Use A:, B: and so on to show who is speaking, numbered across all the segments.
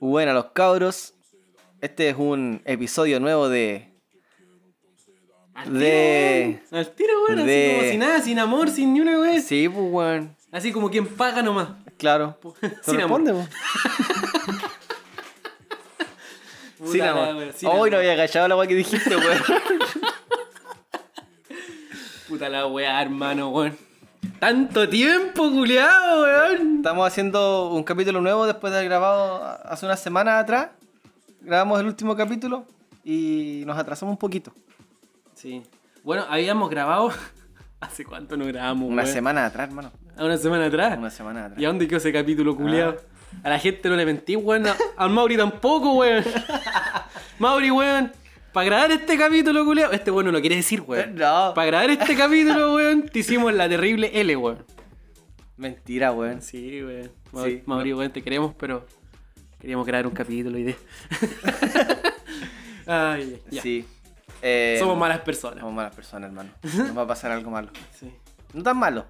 A: Bueno, los cabros, este es un episodio nuevo de.
B: Al
A: De.
B: tiro, weón. Al tiro, weón.
A: de-
B: Así como sin nada, sin amor, sin ni una weón.
A: Sí, pues, weón.
B: Así como quien paga nomás.
A: Claro.
B: Sin
A: Corresponde, pues.
B: Puta
A: Sin
B: la
A: amor.
B: weá, sin
A: Hoy
B: amor.
A: no había cachado la weá que dijiste, weón.
B: Puta la weá, hermano, weón. Tanto tiempo, culiado, weón.
A: Estamos haciendo un capítulo nuevo después de haber grabado hace una semana atrás. Grabamos el último capítulo y nos atrasamos un poquito.
B: Sí. Bueno, habíamos grabado. ¿Hace cuánto no grabamos,
A: Una
B: weón?
A: semana atrás, hermano.
B: ¿A una semana atrás?
A: Una semana atrás.
B: ¿Y a dónde quedó ese capítulo, culiado?
A: Ah.
B: A la gente no le mentí, weón. A- Al Mauri tampoco, weón. Mauri, weón. Para grabar este capítulo, culiado. Este weón no lo quiere decir, weón.
A: Eh, No.
B: Para grabar este capítulo, weón, te hicimos la terrible L, weón.
A: Mentira, weón.
B: Sí, weón.
A: Sí.
B: Mauri, weón, te queremos, pero queríamos grabar un capítulo y de. Ay, ya.
A: Sí. Eh,
B: Somos malas personas.
A: Somos malas personas, hermano. Nos va a pasar algo malo.
B: Sí.
A: No tan malo.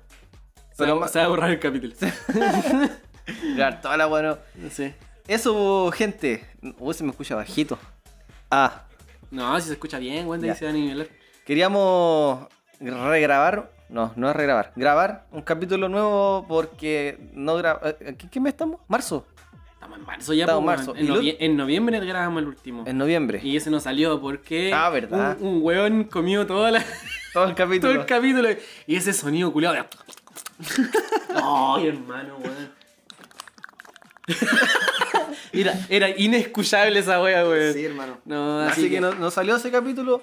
B: Se,
A: Pero
B: va,
A: ma-
B: se va a borrar el capítulo.
A: Claro, toda la bueno.
B: Sí.
A: Eso, gente. Uy, se me escucha bajito. Ah,
B: No, si se escucha bien, weón, de ahí
A: Ya.
B: se van a nivelar.
A: queríamos regrabar. No, no es regrabar. Grabar un capítulo nuevo porque no grabamos. ¿Qué, qué mes estamos? Marzo.
B: Estamos en marzo ya,
A: Estamos en
B: pues,
A: marzo.
B: weón. En,
A: Y lo-
B: novie- en noviembre grabamos el último.
A: En noviembre.
B: Y ese no salió porque
A: Ah, ¿verdad?
B: Un, un weón comió toda la,
A: Todo el capítulo.
B: todo el capítulo y ese sonido culiado de... Ay, hermano, weón. Era, era inescuchable esa wea, weón.
A: Sí, hermano.
B: No,
A: así, que, no, no salió ese capítulo.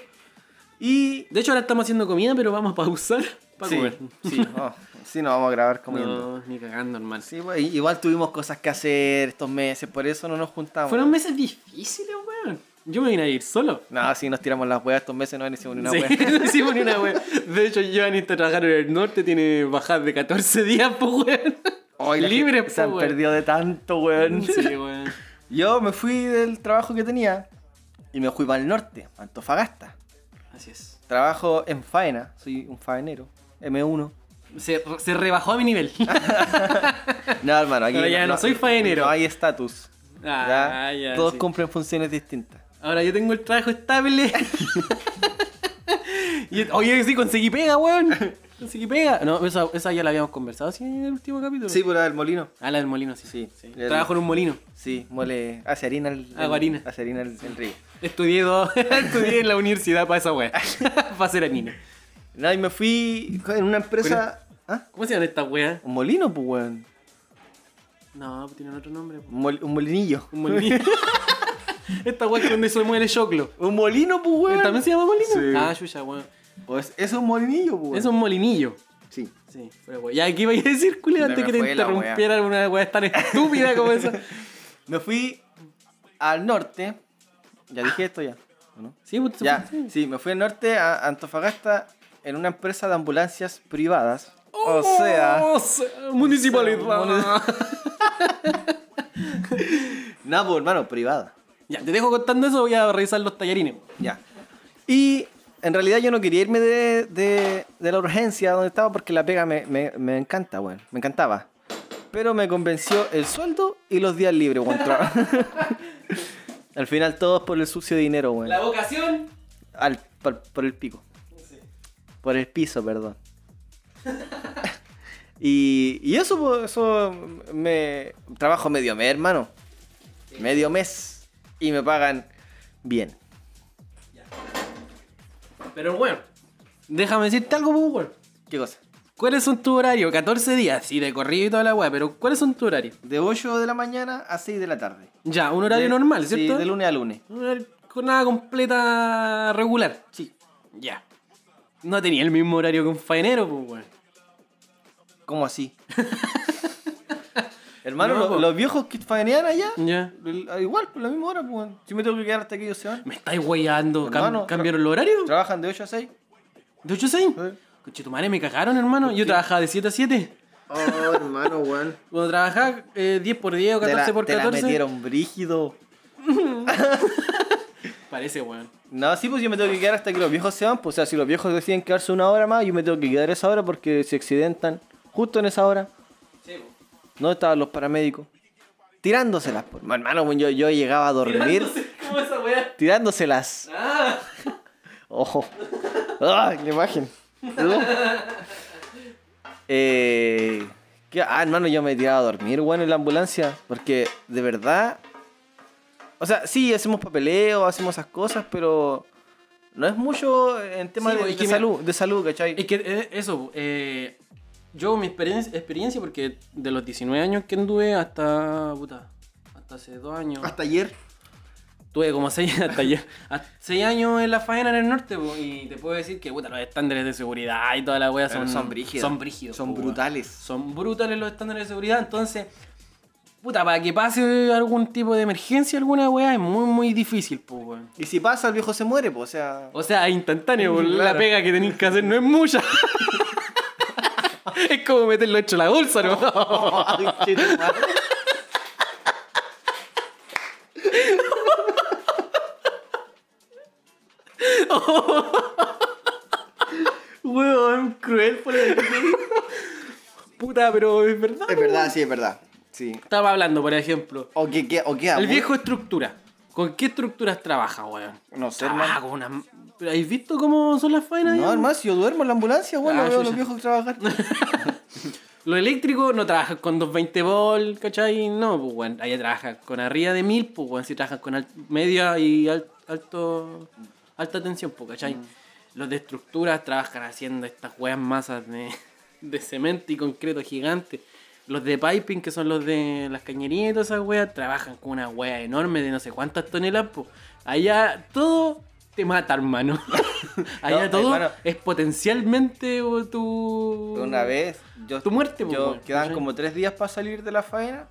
B: Y de hecho ahora estamos haciendo comida, pero vamos a pausar para
A: sí,
B: comer.
A: sí, oh, sí, nos vamos a grabar comiendo.
B: No, ni cagando, hermano.
A: Sí, pues, i- igual tuvimos cosas que hacer estos meses, por eso no nos juntamos.
B: Fueron meses difíciles, weón. Yo me vine a ir solo.
A: No, sí, nos tiramos las weas estos meses, no hicimos ni una
B: Sí,
A: wea.
B: no hicimos ni una wea. De hecho, Giovanni está trabajando en el norte, tiene bajadas de 14 días, pues, weón.
A: Ay, la
B: Libre,
A: gente se
B: po,
A: han
B: weón.
A: perdido de tanto, weón.
B: Sí, weón.
A: Yo me fui del trabajo que tenía y me fui para el norte, a Antofagasta.
B: Así es.
A: Trabajo en faena, soy un faenero, M1.
B: Se, se rebajó a mi nivel.
A: No, hermano, aquí
B: Ahora ya no soy faenero.
A: No hay estatus.
B: Ah,
A: ¿ya?
B: ya,
A: Todos
B: sí.
A: cumplen funciones distintas.
B: Ahora yo tengo el trabajo estable. y, oye, sí, conseguí pega, weón. Conseguí pega. No, esa, esa ya la habíamos conversado sí, en el último capítulo.
A: Sí, por la del molino.
B: Ah, la del molino, sí.
A: Sí. El-
B: Trabajo en un molino.
A: Sí, mole, hace harina el,
B: Hago harina.
A: Hace harina el, el río.
B: Estudié, dos, estudié en la universidad para esa weá. para ser anime.
A: No, y me fui en una empresa. ¿Ah?
B: ¿Cómo se llaman estas weas?
A: Un molino, pues, weón.
B: No, pues tienen otro nombre. po.
A: Un, mol- un molinillo.
B: Un molino. Esta wea es donde se mueve el choclo. Eh,
A: Un molino, pues, weón.
B: ¿También se llama molino?
A: Sí.
B: Ah, chucha, weón.
A: Pues, es un molinillo, pues. weón.
B: Es un molinillo.
A: Sí.
B: Sí, pero wea. Ya aquí iba a decir, culiao,
A: Se me
B: antes que te
A: fue la
B: interrumpiera una wea tan estúpida como esa.
A: Me fui al norte. Ya dije esto ya. ¿o no?
B: Sí, pues,
A: Ya, sí, me fui al norte a Antofagasta en una empresa de ambulancias privadas.
B: ¡Oh!
A: O sea,
B: O sea, municipalidad.
A: nada, pues, hermano, privada.
B: ya, te dejo contando eso, voy a revisar los tallarines.
A: Ya. Y en realidad yo no quería irme de, de- de la urgencia donde estaba porque la pega me, me- me encanta, weón. Me encantaba. Pero me convenció el sueldo y los días libres, weón. Tra- Al final todo es por el sucio dinero, weón.
B: La vocación.
A: Al, por, por el pico. Por el piso, perdón. y, y eso, po, eso me trabajo medio mes, hermano. Medio mes. Y me pagan bien.
B: Pero bueno, déjame decirte algo, pues, weón.
A: ¿Qué cosa?
B: ¿Cuáles son tu horario? 14 días, sí, de corrido y toda la weá, pero ¿cuáles son tu horario?
A: De 8 de la mañana a 6 de la tarde.
B: Ya, un horario
A: De-
B: normal,
A: sí,
B: ¿cierto?
A: de lunes a lunes.
B: Una jornada completa regular.
A: Sí.
B: Ya. No tenía el mismo horario que un faenero, pues, weón.
A: ¿Cómo así? Hermano,
B: No,
A: lo-
B: po.
A: los viejos que faenean allá,
B: Ya.
A: el- igual, por la misma hora, pues. weón. Yo me tengo que quedar hasta que ellos se van.
B: Me estáis weyando. Cam-
A: Hermano,
B: ¿Cambiaron el horario?
A: Trabajan de 8 a 6.
B: ¿De 8 a 6?
A: Sí.
B: Coche, tu madre me cagaron, hermano. Yo trabajaba de 7 a 7.
A: Oh, hermano, weón.
B: Cuando trabajaba eh, 10 por 10 o 14
A: te la,
B: por
A: te la
B: 14.
A: metieron brígido.
B: Parece, weón.
A: No, sí, pues yo me tengo que quedar hasta que los viejos se van. Pues, o sea, si los viejos deciden quedarse una hora más, yo me tengo que quedar esa hora porque se accidentan justo en esa hora.
B: Sí, pues.
A: ¿Dónde estaban los paramédicos? Tirándoselas, por mi hermano, weón, yo, yo llegaba a dormir
B: Tirándose, ¿Cómo esa weá?
A: tirándoselas.
B: Ah,
A: Ojo. ¡Ah! ¡Qué Oh. imagen! Uh. Eh, ¿qué? Ah, hermano, yo me tiraba a dormir, bueno, en la ambulancia. Porque de verdad. O sea, sí, hacemos papeleo, hacemos esas cosas, pero. No es mucho en tema
B: Sí,
A: de,
B: pues, es
A: de
B: que mira-
A: salud, de salud, ¿cachai?
B: Es que eh, eso, eh, yo mi experien- experiencia, porque de los 19 años que anduve hasta, puta, hasta hace dos años,
A: ayer.
B: tuve como 6 hasta ayer, hasta seis años en la faena en el norte, po, y te puedo decir que, puta, los estándares de seguridad y toda la wea
A: Pero
B: son,
A: son brígidos.
B: Son brígidos,
A: Son
B: po, weón.
A: brutales.
B: Son brutales los estándares de seguridad, entonces, puta, para que pase algún tipo de emergencia, alguna wea, es muy, muy difícil, pues, weón.
A: Y si pasa, el viejo se muere, pues, o sea.
B: O sea, es instantáneo, po,
A: Claro.
B: la pega que tenéis que hacer no es mucha. es como meterlo hecho en la bolsa, ¿no?
A: Ay, che, tu madre.
B: Weón, cruel por el Puta, pero es verdad.
A: es verdad, sí, es verdad. Sí.
B: Estaba hablando, por ejemplo.
A: O que, que- o que
B: El
A: abu-
B: viejo estructura. ¿Con qué estructuras trabaja, weón?
A: No sé,
B: Trabaja
A: hermano.
B: con una... ¿Pero habéis visto cómo son las
A: No,
B: faenas? ahí, weón?
A: hermano, si yo duermo en la ambulancia, bueno,
B: Ah,
A: veo a
B: sí,
A: los
B: sí.
A: viejos trabajar.
B: Lo eléctrico no trabaja con 220 volt, ¿cachai? No, pues, weón. Allá trabaja con arriba de 1000, pues, weón. Si trabajas con al- media y al- alto, alta tensión, pues, ¿cachai?
A: Mm.
B: Los de estructuras trabajan haciendo estas weas masas de, de cemento y concreto gigante. Los de piping, que son los de las cañerías y todas esas weas, trabajan con una wea enorme de no sé cuántas toneladas, pues. Allá todo te mata, hermano. Allá
A: No,
B: todo
A: hermano.
B: es potencialmente o, tu...
A: Una vez, yo,
B: Tu muerte, po,
A: yo
B: weón.
A: quedaban
B: ¿Cachai?
A: como tres días para salir de la faena,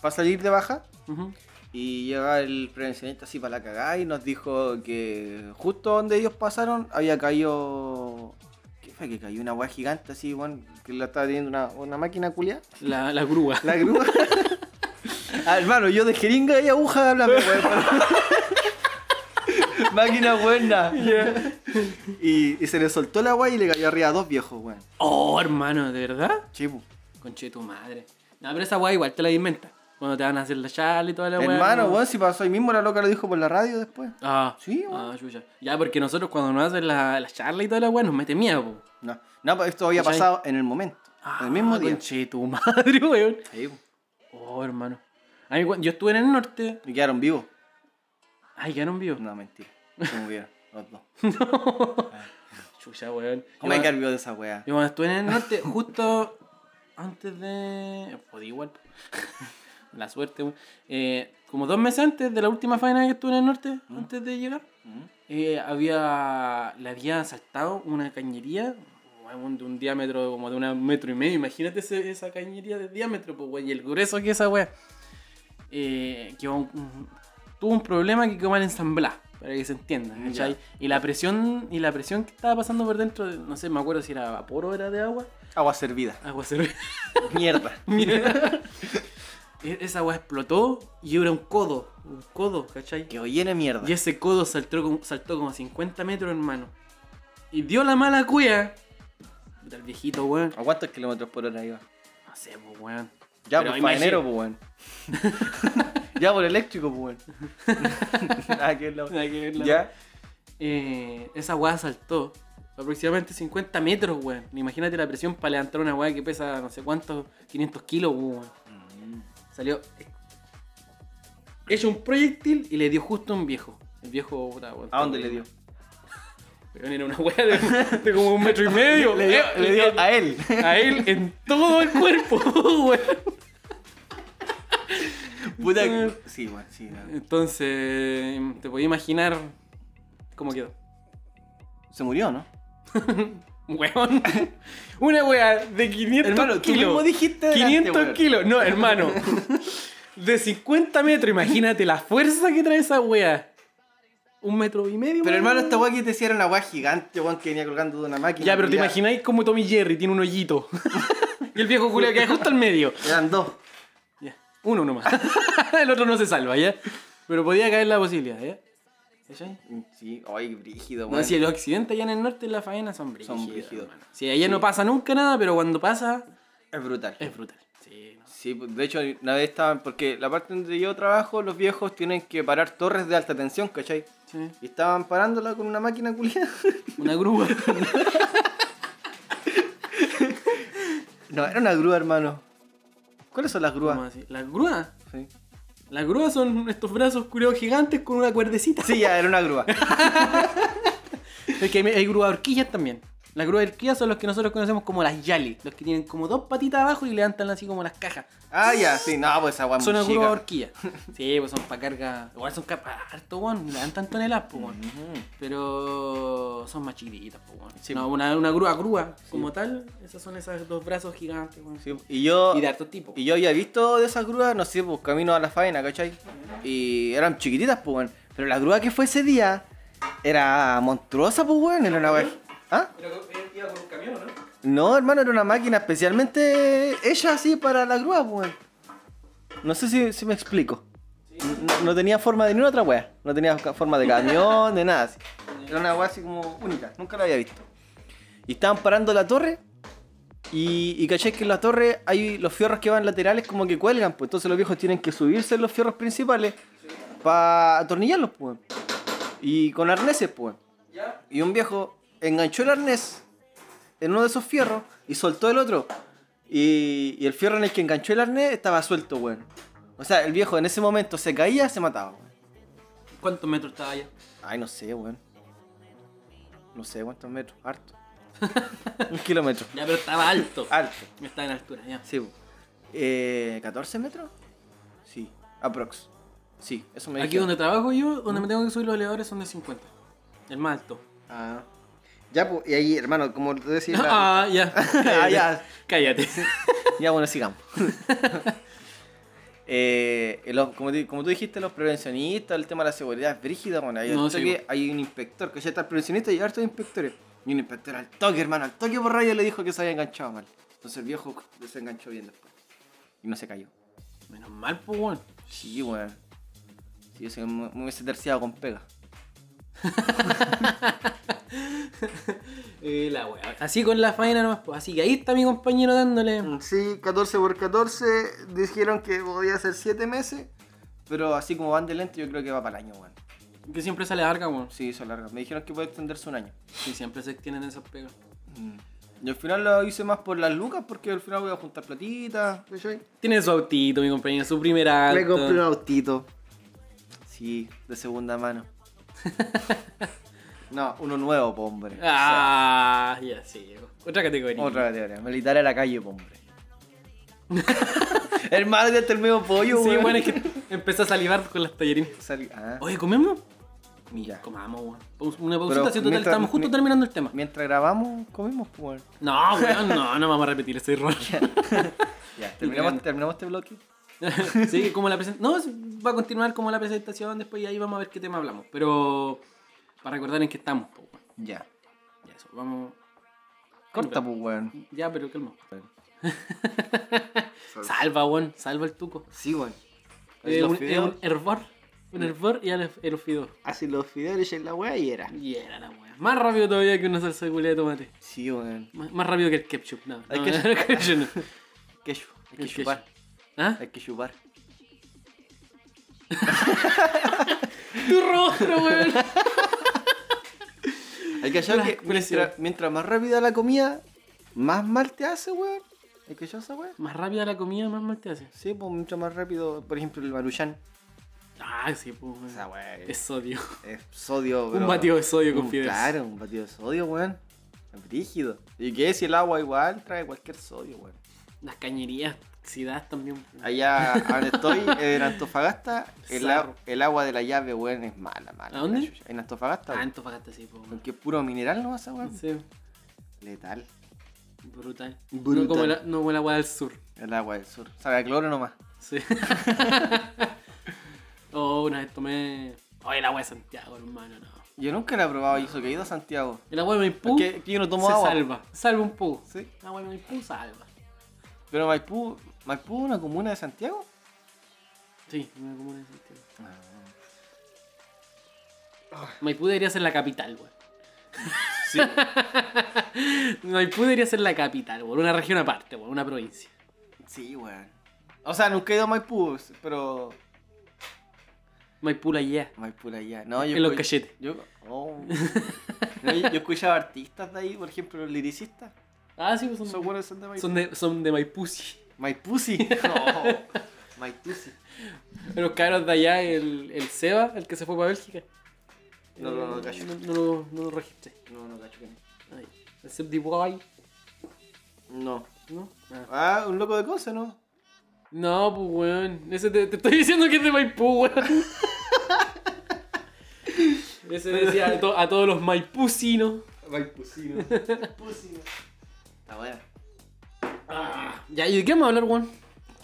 A: para salir de baja,
B: Ujú.
A: y llega el prevencionista así para la cagada y nos dijo que justo donde ellos pasaron había caído. ¿Qué fue que cayó? Una weá gigante así, bueno, que la estaba teniendo una, una máquina culia.
B: La, la grúa.
A: La grúa. Ah, hermano, yo de jeringa y aguja háblame, weón. pero- Máquina buena. Y, y se le soltó la weá y le cayó arriba a dos viejos, weón.
B: Oh, hermano, ¿de verdad?
A: Chivo.
B: Conche tu madre. No, pero esa weá igual te la inventa. Cuando te van a hacer la charla y toda la weá.
A: Hermano,
B: ¿no?
A: weón, si pasó ahí mismo, la loca lo dijo por la radio después.
B: Ah,
A: Sí,
B: ah, chucha. Ya, porque nosotros cuando nos hacen la, la charla y toda la weá nos mete miedo, po.
A: No, no, pues esto había
B: ¿Cachai?
A: pasado en el momento.
B: Ah,
A: el mismo día.
B: Conche tu madre, weón.
A: Sí, pues, po.
B: Oh, hermano. A mí, cu- yo estuve en el norte.
A: Y quedaron vivos.
B: Ay, quedaron vivos.
A: No, mentira. Se murieron, los dos.
B: Chucha, weón.
A: ¿Cómo hay
B: Yo-
A: que vivos de esa weá?
B: Yo cuando estuve en el norte, justo antes de. Podí igual. la suerte, weón. Eh, como dos meses antes de la última faena que estuve en el norte, antes de llegar,
A: ¿Mm?
B: eh, había. Le había asaltado una cañería. weón, De un diámetro como de un metro y medio, imagínate ese- esa cañería de diámetro, pues, weón, y el grueso que es esa weá. Eh, que un- un- tuvo un problema que quedó mal ensamblado, para que se entienda,
A: Ya.
B: ¿cachai? Y la presión, y la presión que estaba pasando por dentro, no sé, me acuerdo si era vapor o era de agua,
A: Agua servida.
B: agua servida.
A: Mierda.
B: Mierda. E- Esa agua explotó y era un codo, un codo, ¿cachai?
A: Que oyen mierda.
B: Y ese codo saltó como, saltó como 50 metros, hermano. Y dio la mala cuya. Puta, el viejito, weón.
A: ¿A cuántos kilómetros por hora iba?
B: No sé, pues, weón.
A: Ya,
B: Pero
A: por
B: imagina-
A: faenero, pues, weón. ya, por eléctrico, pues, weón. Nada que ver, la-
B: Nada que ver la-
A: Ya.
B: Eh, esa weá saltó aproximadamente 50 metros, weón. Imagínate la presión para levantar una weá que pesa no sé cuántos, 500 kilos, weón.
A: Mm,
B: Salió. eh, Hecho un proyectil y le dio justo a un viejo. El viejo, puta, weón,
A: ¿A dónde le dio?
B: Weón, Era una weá de, de como un metro y medio.
A: Le dio,
B: Eh,
A: le dio
B: en-
A: a él.
B: a él en todo el cuerpo, weón.
A: Puta que- Sí, weón, sí. weón.
B: Entonces, te podía imaginar cómo quedó.
A: Se murió, ¿no?
B: Weón. Una weá de 500
A: Hermano, tú
B: kilos.
A: mismo dijiste delante,
B: 500
A: weón.
B: kilos. No, hermano. De 50 metros, imagínate la fuerza que trae esa weá. Un metro y medio.
A: Pero
B: weón.
A: hermano, esta weá que te decía era una weá gigante, weón, que venía colgando de una máquina.
B: Ya, pero te
A: culiao.
B: imagináis como Tommy Jerry tiene un hoyito. y el viejo Julio cae justo al medio.
A: Eran dos.
B: Ya, Uno nomás. el otro no se salva, ¿ya? Pero podía caer la posibilidad, ¿ya? ¿Cachai?
A: Sí, ay, brígido,
B: No,
A: weón.
B: si los accidentes allá en el norte en la faena son brígidos.
A: brígidos.
B: hermano. Sí, allá no pasa nunca nada, pero cuando pasa
A: Es brutal.
B: es brutal. Sí, no.
A: Sí, pues, de hecho, una vez estaban, porque la parte donde yo trabajo, los viejos tienen que parar torres de alta tensión, ¿cachai?
B: Sí.
A: Y estaban parándola con una máquina culiada.
B: Una grúa.
A: No, era una grúa, hermano. ¿Cuáles son las
B: ¿Cómo
A: grúas?
B: así? Las grúas.
A: Sí.
B: Las grúas son estos brazos curiosos gigantes con una cuerdecita.
A: Sí, ya, era una grúa.
B: Es que hay, hay grúa de horquillas también. Las grúas de horquillas son los que nosotros conocemos como las yali. Los que tienen como dos patitas abajo y levantan así como las cajas.
A: Ah, ya, sí, no, pues esa weá es
B: Son
A: muy
B: las grúas de
A: chica.
B: horquilla. Sí, pues son para carga. Igual son capas harto, weón. Levantan toneladas, pues, weón.
A: Mm,
B: Pero son más chiquititas, pues, weón.
A: Sí,
B: No, una, una grúa grúa como tal. Esas son esos dos brazos gigantes, weón.
A: Sí, y yo.
B: Y de harto tipo.
A: Y yo había visto de esas grúas, no sé, pues camino a la faena, ¿cachai? Y eran chiquititas, pues, weón. Pero la grúa que fue ese día era monstruosa, pues, weón. Era una weá- ¿Ah?
B: Pero iba con un camión, ¿no?
A: No, hermano, era una máquina especialmente hecha así para la grúa, pues, weón. No sé si, si me explico. No, no tenía forma de ninguna otra weá. No tenía ca- forma de camión, de nada. así. Era una weá así como única. Nunca la había visto. Y estaban parando la torre. Y, y caché que en la torre hay los fierros que van laterales como que cuelgan. Pues entonces los viejos tienen que subirse en los fierros principales para atornillarlos, pues. weón. Y con arneses, pues. weón. Y un viejo enganchó el arnés en uno de esos fierros y soltó el otro. Y, y el fierro en el que enganchó el arnés estaba suelto, weón. O sea, el viejo en ese momento se caía, se mataba, weón.
B: ¿Cuántos metros estaba allá?
A: Ay, no sé, weón. No sé cuántos metros, harto. Un kilómetro.
B: Ya, pero estaba alto.
A: Alto.
B: Estaba en altura, ya.
A: Sí, weón. Eh, ¿14 metros? Sí, aprox. Sí, eso me
B: Aquí
A: dijeron. ¿Mm?
B: donde trabajo yo, donde me tengo que subir los elevadores son de 50. El más alto.
A: Ah. Ya, pues, y ahí, hermano, como te decía... la-
B: Ah, ya.
A: Ah, ya.
B: Cállate.
A: Ya, bueno, sigamos. Eh, los- como, te- como tú dijiste, los prevencionistas, el tema de la seguridad es brígido, bueno, hay,
B: No,
A: al
B: sí,
A: toque,
B: po.
A: hay un inspector, que ya está el prevencionista y hay hartos inspectores. Y un inspector al toque, hermano, al toque por radio le dijo que se había enganchado mal. Entonces el viejo se enganchó bien después. Y no se cayó.
B: Menos mal, pues, weón.
A: Sí, weón. Sí, yo sé que me me hubiese terciado con pega.
B: Eh, la weá. Así con la faena nomás, pues. Así que ahí está mi compañero dándole.
A: Sí, 14 por 14, dijeron que podía ser 7 meses, pero así como van de lento, yo creo que va para el año, weón.
B: Que siempre sale larga, weón.
A: Sí, se larga. Me dijeron que puede extenderse un año.
B: Sí, siempre se tienen esas pegas.
A: Y al final lo hice más por las lucas porque al final voy a juntar platitas.
B: Tiene su autito, mi compañero, su primera
A: Me compré un autito. Sí, de segunda mano. no, uno nuevo, po, hombre.
B: Ah, ya sí. Otra
A: O
B: categoría.
A: sea, otra categoría. Militar a la calle, po, hombre. Hermano, ya está el mismo pollo,
B: Sí,
A: weón.
B: bueno, es que empecé a salivar con las tallerinas.
A: Salí- ah.
B: Oye, ¿comemos?
A: Ya.
B: Comamos, weón. Paus- Una
A: Pero
B: pausita, si total,
A: mientras-
B: estamos justo
A: mi-
B: terminando el tema.
A: Mientras grabamos, comimos, po, weón.
B: No, weón, no, no vamos a repetir ese error.
A: Ya,
B: Literal.
A: terminamos, terminamos este bloque.
B: sí, como la presentación. No, sí, va a continuar como la presentación después y ahí vamos a ver qué tema hablamos. Pero para recordar en qué estamos, po, weón.
A: Ya.
B: Ya, eso, vamos.
A: Corta, po, weón.
B: Ya, pero calma. Salva, weón, salva el tuco.
A: Sí, weón. Eh,
B: Es
A: Los
B: un, es
A: fideos.
B: un hervor. Un hervor y el, el fidor.
A: Así los fideos en la weá y era.
B: Y era la weá. Más rápido todavía que una salsa de culia de tomate.
A: Sí, weón.
B: Más, más rápido que el ketchup, no.
A: Hay
B: no,
A: que-
B: el ketchup no.
A: Que chu- hay que
B: El
A: chupar.
B: ketchup. ¿Ah?
A: Hay que chupar.
B: Tu rostro, weón.
A: Hay que hallar
B: Las
A: que
B: expresiones.
A: mientras, mientras más rápida la comida, más mal te hace, weón. Hay que hallar esa weón.
B: más rápida la comida, más mal te hace.
A: Sí, pues mucho más rápido, por ejemplo, el maruchan.
B: Ah, sí, pues, weón.
A: Esa weón.
B: Es
A: Es,
B: sodio.
A: es sodio,
B: Un
A: bro.
B: batido de sodio con
A: Un-
B: fideos.
A: uh, Claro, un batido de sodio, weón. Es brígido. ¿Y qué? Si el agua igual trae cualquier sodio, weón.
B: Las cañerías oxidadas también.
A: Allá donde estoy, en Antofagasta, el, a-
B: Sarro.
A: el agua de la llave, weón, es mala, mala.
B: ¿A dónde?
A: la chucha. En Antofagasta,
B: Ah,
A: weón.
B: Antofagasta, sí, pues, weón.
A: Porque es puro mineral, ¿no? Esa weón.
B: Sí,
A: Letal.
B: brutal.
A: Brutal.
B: No como la, no como la weá del sur.
A: El agua del sur. Sabe a cloro nomás.
B: Sí. oh, una vez tomé. Oye, el agua de Santiago, hermano, no.
A: Yo nunca la he probado y eso que he ido a Santiago.
B: El agua de Maipú
A: Porque yo no tomo
B: se
A: agua. pues.
B: salva. Salva un poco.
A: Sí.
B: El agua de Maipú salva.
A: Pero Maipú, Maipú es una comuna de Santiago.
B: Sí, una comuna de Santiago. Maipú debería ser la capital, weón.
A: Sí.
B: Maipú debería ser la capital, weón. Una región aparte, weón. Una provincia.
A: sí, weón. O sea, nunca he ido a Maipú, pero.
B: Maipú la ya.
A: Maipú allá. No, yo
B: En los
A: escu-
B: cachetes.
A: Yo, oh. No, yo, yo escuchaba artistas de ahí, por ejemplo, los liricistas.
B: Ah, sí, pues son,
A: Son buenos, son de Maipú.
B: son de, son de Maipú, sí.
A: Maipusi. No. Maipusi.
B: Los cabros de allá, el, el Seba, el que se fue para Bélgica. Eh,
A: No, no, no, cacho.
B: no, no lo- no lo registré.
A: No, no cacho que no.
B: Ay, El Seb DY,
A: No.
B: ¿no? Ah.
A: Ah, un loco de cosas, ¿no?
B: No, pues weón. Ese te, te estoy diciendo que es de Maipú, weón. Ese decía a, to- a todos los maipucinos.
A: Maipusino. Maipusino. Está buena.
B: Ya, ¿y de qué vamos a hablar, weón?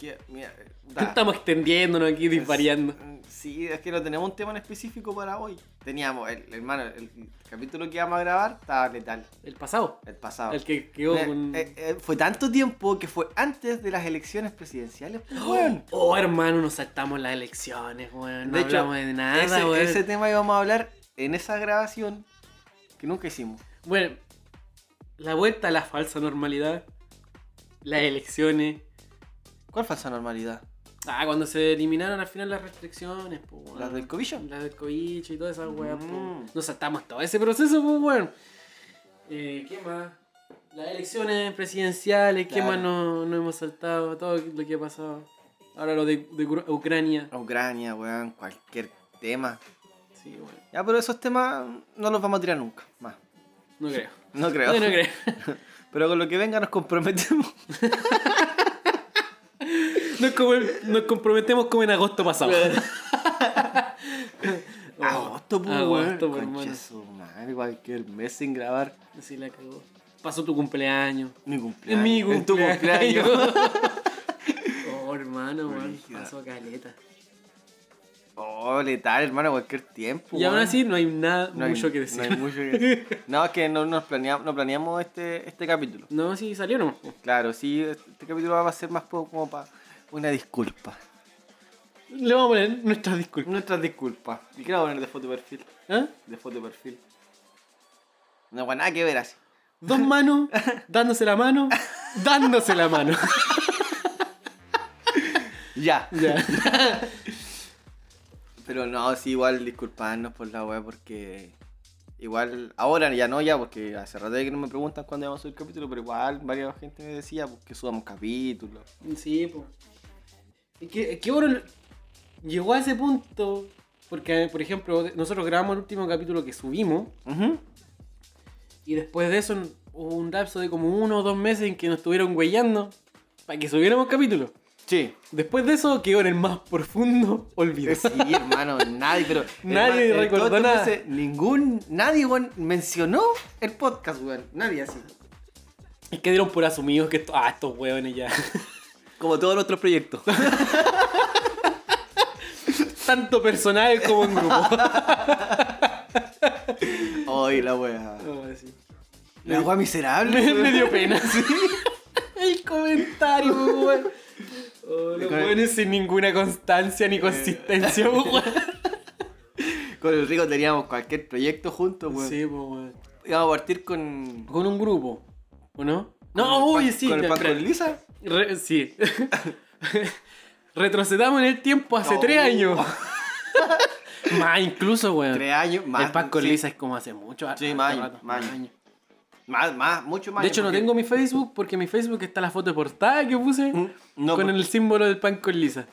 A: Que- Mira, eh, Ah. da.
B: Estamos extendiéndonos aquí, disvariando.
A: Mm, Sí, es que no tenemos un tema en específico para hoy. Teníamos, el, hermano, el capítulo que íbamos a grabar estaba letal,
B: El pasado.
A: el pasado.
B: El que quedó
A: Eh,
B: con.
A: eh, eh, fue tanto tiempo que fue antes de las elecciones presidenciales. pues, weón.
B: Oh, hermano, nos saltamos las elecciones, weón. No
A: De hecho,
B: hablamos de nada,
A: ese,
B: weón.
A: ese tema íbamos a hablar en esa grabación que nunca hicimos.
B: Bueno, la vuelta a la falsa normalidad. Las elecciones.
A: ¿Cuál falsa normalidad?
B: Ah, cuando se eliminaron al final las restricciones, pues, weón.
A: ¿Las del cobillo?
B: La del cobicho y toda esa weá, po.
A: Mm.
B: Nos saltamos todo ese proceso, pues, weón. Eh, ¿Qué más? Las elecciones presidenciales, ¿qué
A: Claro.
B: más no, no hemos saltado? Todo lo que ha pasado. Ahora lo de, de Ucra- Ucrania.
A: Ucrania, weón, cualquier tema.
B: Sí, bueno,
A: Ya, pero esos temas no los vamos a tirar nunca, más.
B: no creo.
A: No creo.
B: No, no creo.
A: Pero con lo que venga nos comprometemos.
B: Nos, come- nos comprometemos como en agosto pasado. Oh,
A: Agosto, pues,
B: agosto,
A: weón.
B: pues,
A: Concha
B: hermano.
A: su madre, cualquier mes sin grabar.
B: Así la cagó. Pasó tu cumpleaños.
A: Mi cumpleaños.
B: Mi
A: En tu
B: cumpleaños.
A: cumpleaños.
B: oh, hermano, weón.
A: Brígida.
B: Pasó caleta.
A: Oh, letal, hermano, cualquier tiempo.
B: Y aún
A: weón.
B: así no hay nada
A: No hay-
B: mucho que decir.
A: No, hay mucho que decir. No, es que no, nos planeamos, no planeamos este, este capítulo.
B: No, sí, salió nomás. po.
A: Claro, sí, este capítulo va a ser más po- como para una disculpa.
B: Le vamos a poner nuestras disculpas.
A: Nuestras disculpas. ¿Y qué le voy a poner de foto de perfil?
B: ¿Ah?
A: De foto de perfil. No, bueno, nada que ver así.
B: Dos manos, dándose la mano, dándose la mano.
A: Ya.
B: Ya.
A: Pero no, sí, igual disculparnos por la weá porque. Igual, ahora ya no, ya, porque hace rato que no me preguntan cuándo vamos a subir capítulo, pero igual varias gente me decía pues, que subamos capítulos.
B: Sí, pues. Es que, es que, bueno, llegó a ese punto. Porque, por ejemplo, nosotros grabamos el último capítulo que subimos. Y después de eso hubo un lapso de como uno o dos meses en que nos estuvieron huellando para que subiéramos capítulo.
A: Sí.
B: Después de eso quedó en el más profundo olvido.
A: Sí, hermano, nadie, pero.
B: Nadie
A: hermano, en
B: recordó
A: todos estos
B: nada.
A: meses, ningún. Nadie, weón, mencionó el podcast, weón. Nadie así.
B: Es que dieron por asumidos que esto, ah, estos hueones ya.
A: Como todos nuestros proyectos.
B: Tanto personal como en grupo.
A: Ay, la weá.
B: No, sí.
A: La weá miserable.
B: me,
A: weón.
B: me dio pena. El comentario, po, weón. Oh, los
A: Con el-
B: weones sin ninguna constancia ni
A: Eh.
B: consistencia, po, weón.
A: Con el Rico teníamos cualquier proyecto juntos, pues, weón.
B: Sí, po, weón.
A: Íbamos a partir con.
B: pues, Con un grupo, ¿o
A: con
B: no?
A: el
B: No, oye,
A: Paco-
B: sí.
A: Con el
B: ya,
A: Paco
B: espera.
A: Lisa.
B: Re- sí. Retrocedamos en el tiempo hace
A: No.
B: tres años. más incluso, weón.
A: Tres años, más.
B: Ah, el Paco
A: sí.
B: Lisa es como hace mucho. harto
A: Sí, más años,
B: rato,
A: más años. Más, más, mucho más.
B: De hecho, no
A: porque-
B: tengo mi Facebook porque en mi Facebook está la foto de portada que puse
A: Mm, no,
B: con
A: por-
B: el símbolo del pan con lisa.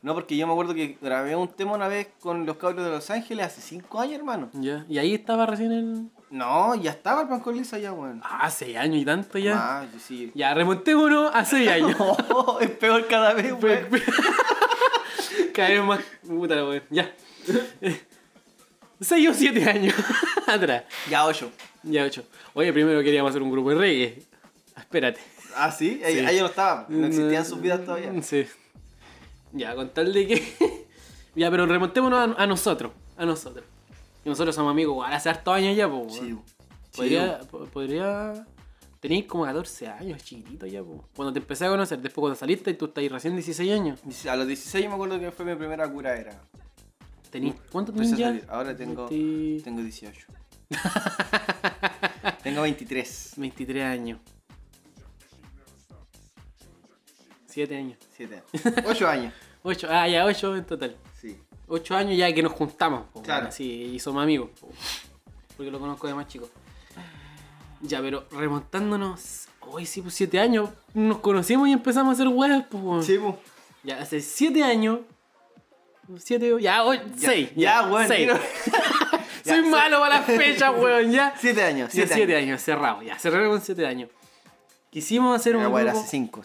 A: No, porque yo me acuerdo que grabé un tema una vez con los cabros de Los Ángeles hace cinco años, hermano.
B: Ya. Y ahí estaba recién el.
A: No, ya estaba el pan con Lisa ya, weón.
B: Ah, seis años y tanto ya.
A: Más, sí.
B: Ya, remontémonos a seis años.
A: No, es peor cada vez, weón.
B: Cada vez más. Puta la weón. Ya. Eh, seis o siete años atrás.
A: Ya ocho.
B: Ya, ocho. Oye, primero queríamos hacer un grupo de reggae. Espérate.
A: Ah, sí, ahí, ahí yo no estaba. No existían sus vidas todavía.
B: Mm, Sí. Ya, con tal de que. ya, pero remontémonos a, a nosotros. A nosotros. Y nosotros somos amigos, igual hace hartos años ya, po.
A: Sí,
B: weón.
A: weón. Pues
B: Podría. po- podría... Tenéis como 14 años, chiquitito ya, po. Cuando te empecé a conocer, después cuando saliste, tú estáis recién 16 años.
A: Dice- A los 16 me acuerdo que fue mi primera cura era.
B: Tenís, ¿Cuánto
A: Empecé
B: tenés
A: a
B: ya?
A: salir. Ahora tengo,
B: 20,
A: tengo 18. tengo 23.
B: 23 años. Siete años.
A: Siete años. Ocho años.
B: Ocho, ah, ya, ocho en total.
A: Sí.
B: Ocho años ya que nos juntamos, po,
A: Claro.
B: weón, así, y somos amigos, po, porque lo conozco de más chico. Ya, pero remontándonos, hoy sí, pues siete años, nos conocimos y empezamos a hacer weas, pues. weón.
A: Sí, po.
B: Ya, hace siete años, siete, ya, hoy,
A: Ya,
B: seis.
A: ya, weón,
B: seis.
A: tiro.
B: Soy
A: Ya,
B: malo para las fechas, weón, ya.
A: Siete años.
B: Sí,
A: Siete,
B: siete
A: años.
B: años. cerrado, ya, cerrado con siete años. Quisimos hacer un
A: Ya, weón,
B: grupo,
A: hace cinco.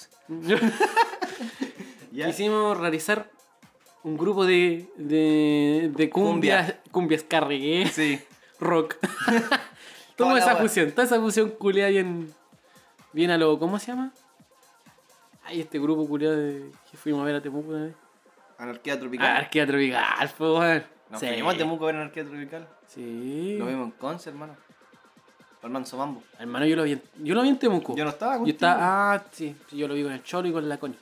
A: Ya.
B: quisimos realizar un grupo de, de, de cumbias, cumbias carregué,
A: Sí.
B: rock.
A: Toda
B: toda
A: la
B: esa
A: wea.
B: fusión, toda esa fusión culiada bien, bien a lo, ¿cómo se llama? Ay, este grupo culiado que fuimos a ver a Temuco una vez.
A: Anarquía tropical.
B: Ah, Arquea Tropical, po, weón.
A: Nos
B: Sí.
A: fuimos a Temuco a ver Anarquía tropical.
B: Sí.
A: Lo vimos en Conce, hermano. Al manso mambo.
B: Hermano, yo lo vi en, yo lo vi en Temuco.
A: Yo no estaba
B: Uh. Yo estaba, ah, sí, sí, yo lo vi con el Cholo y con la Connie.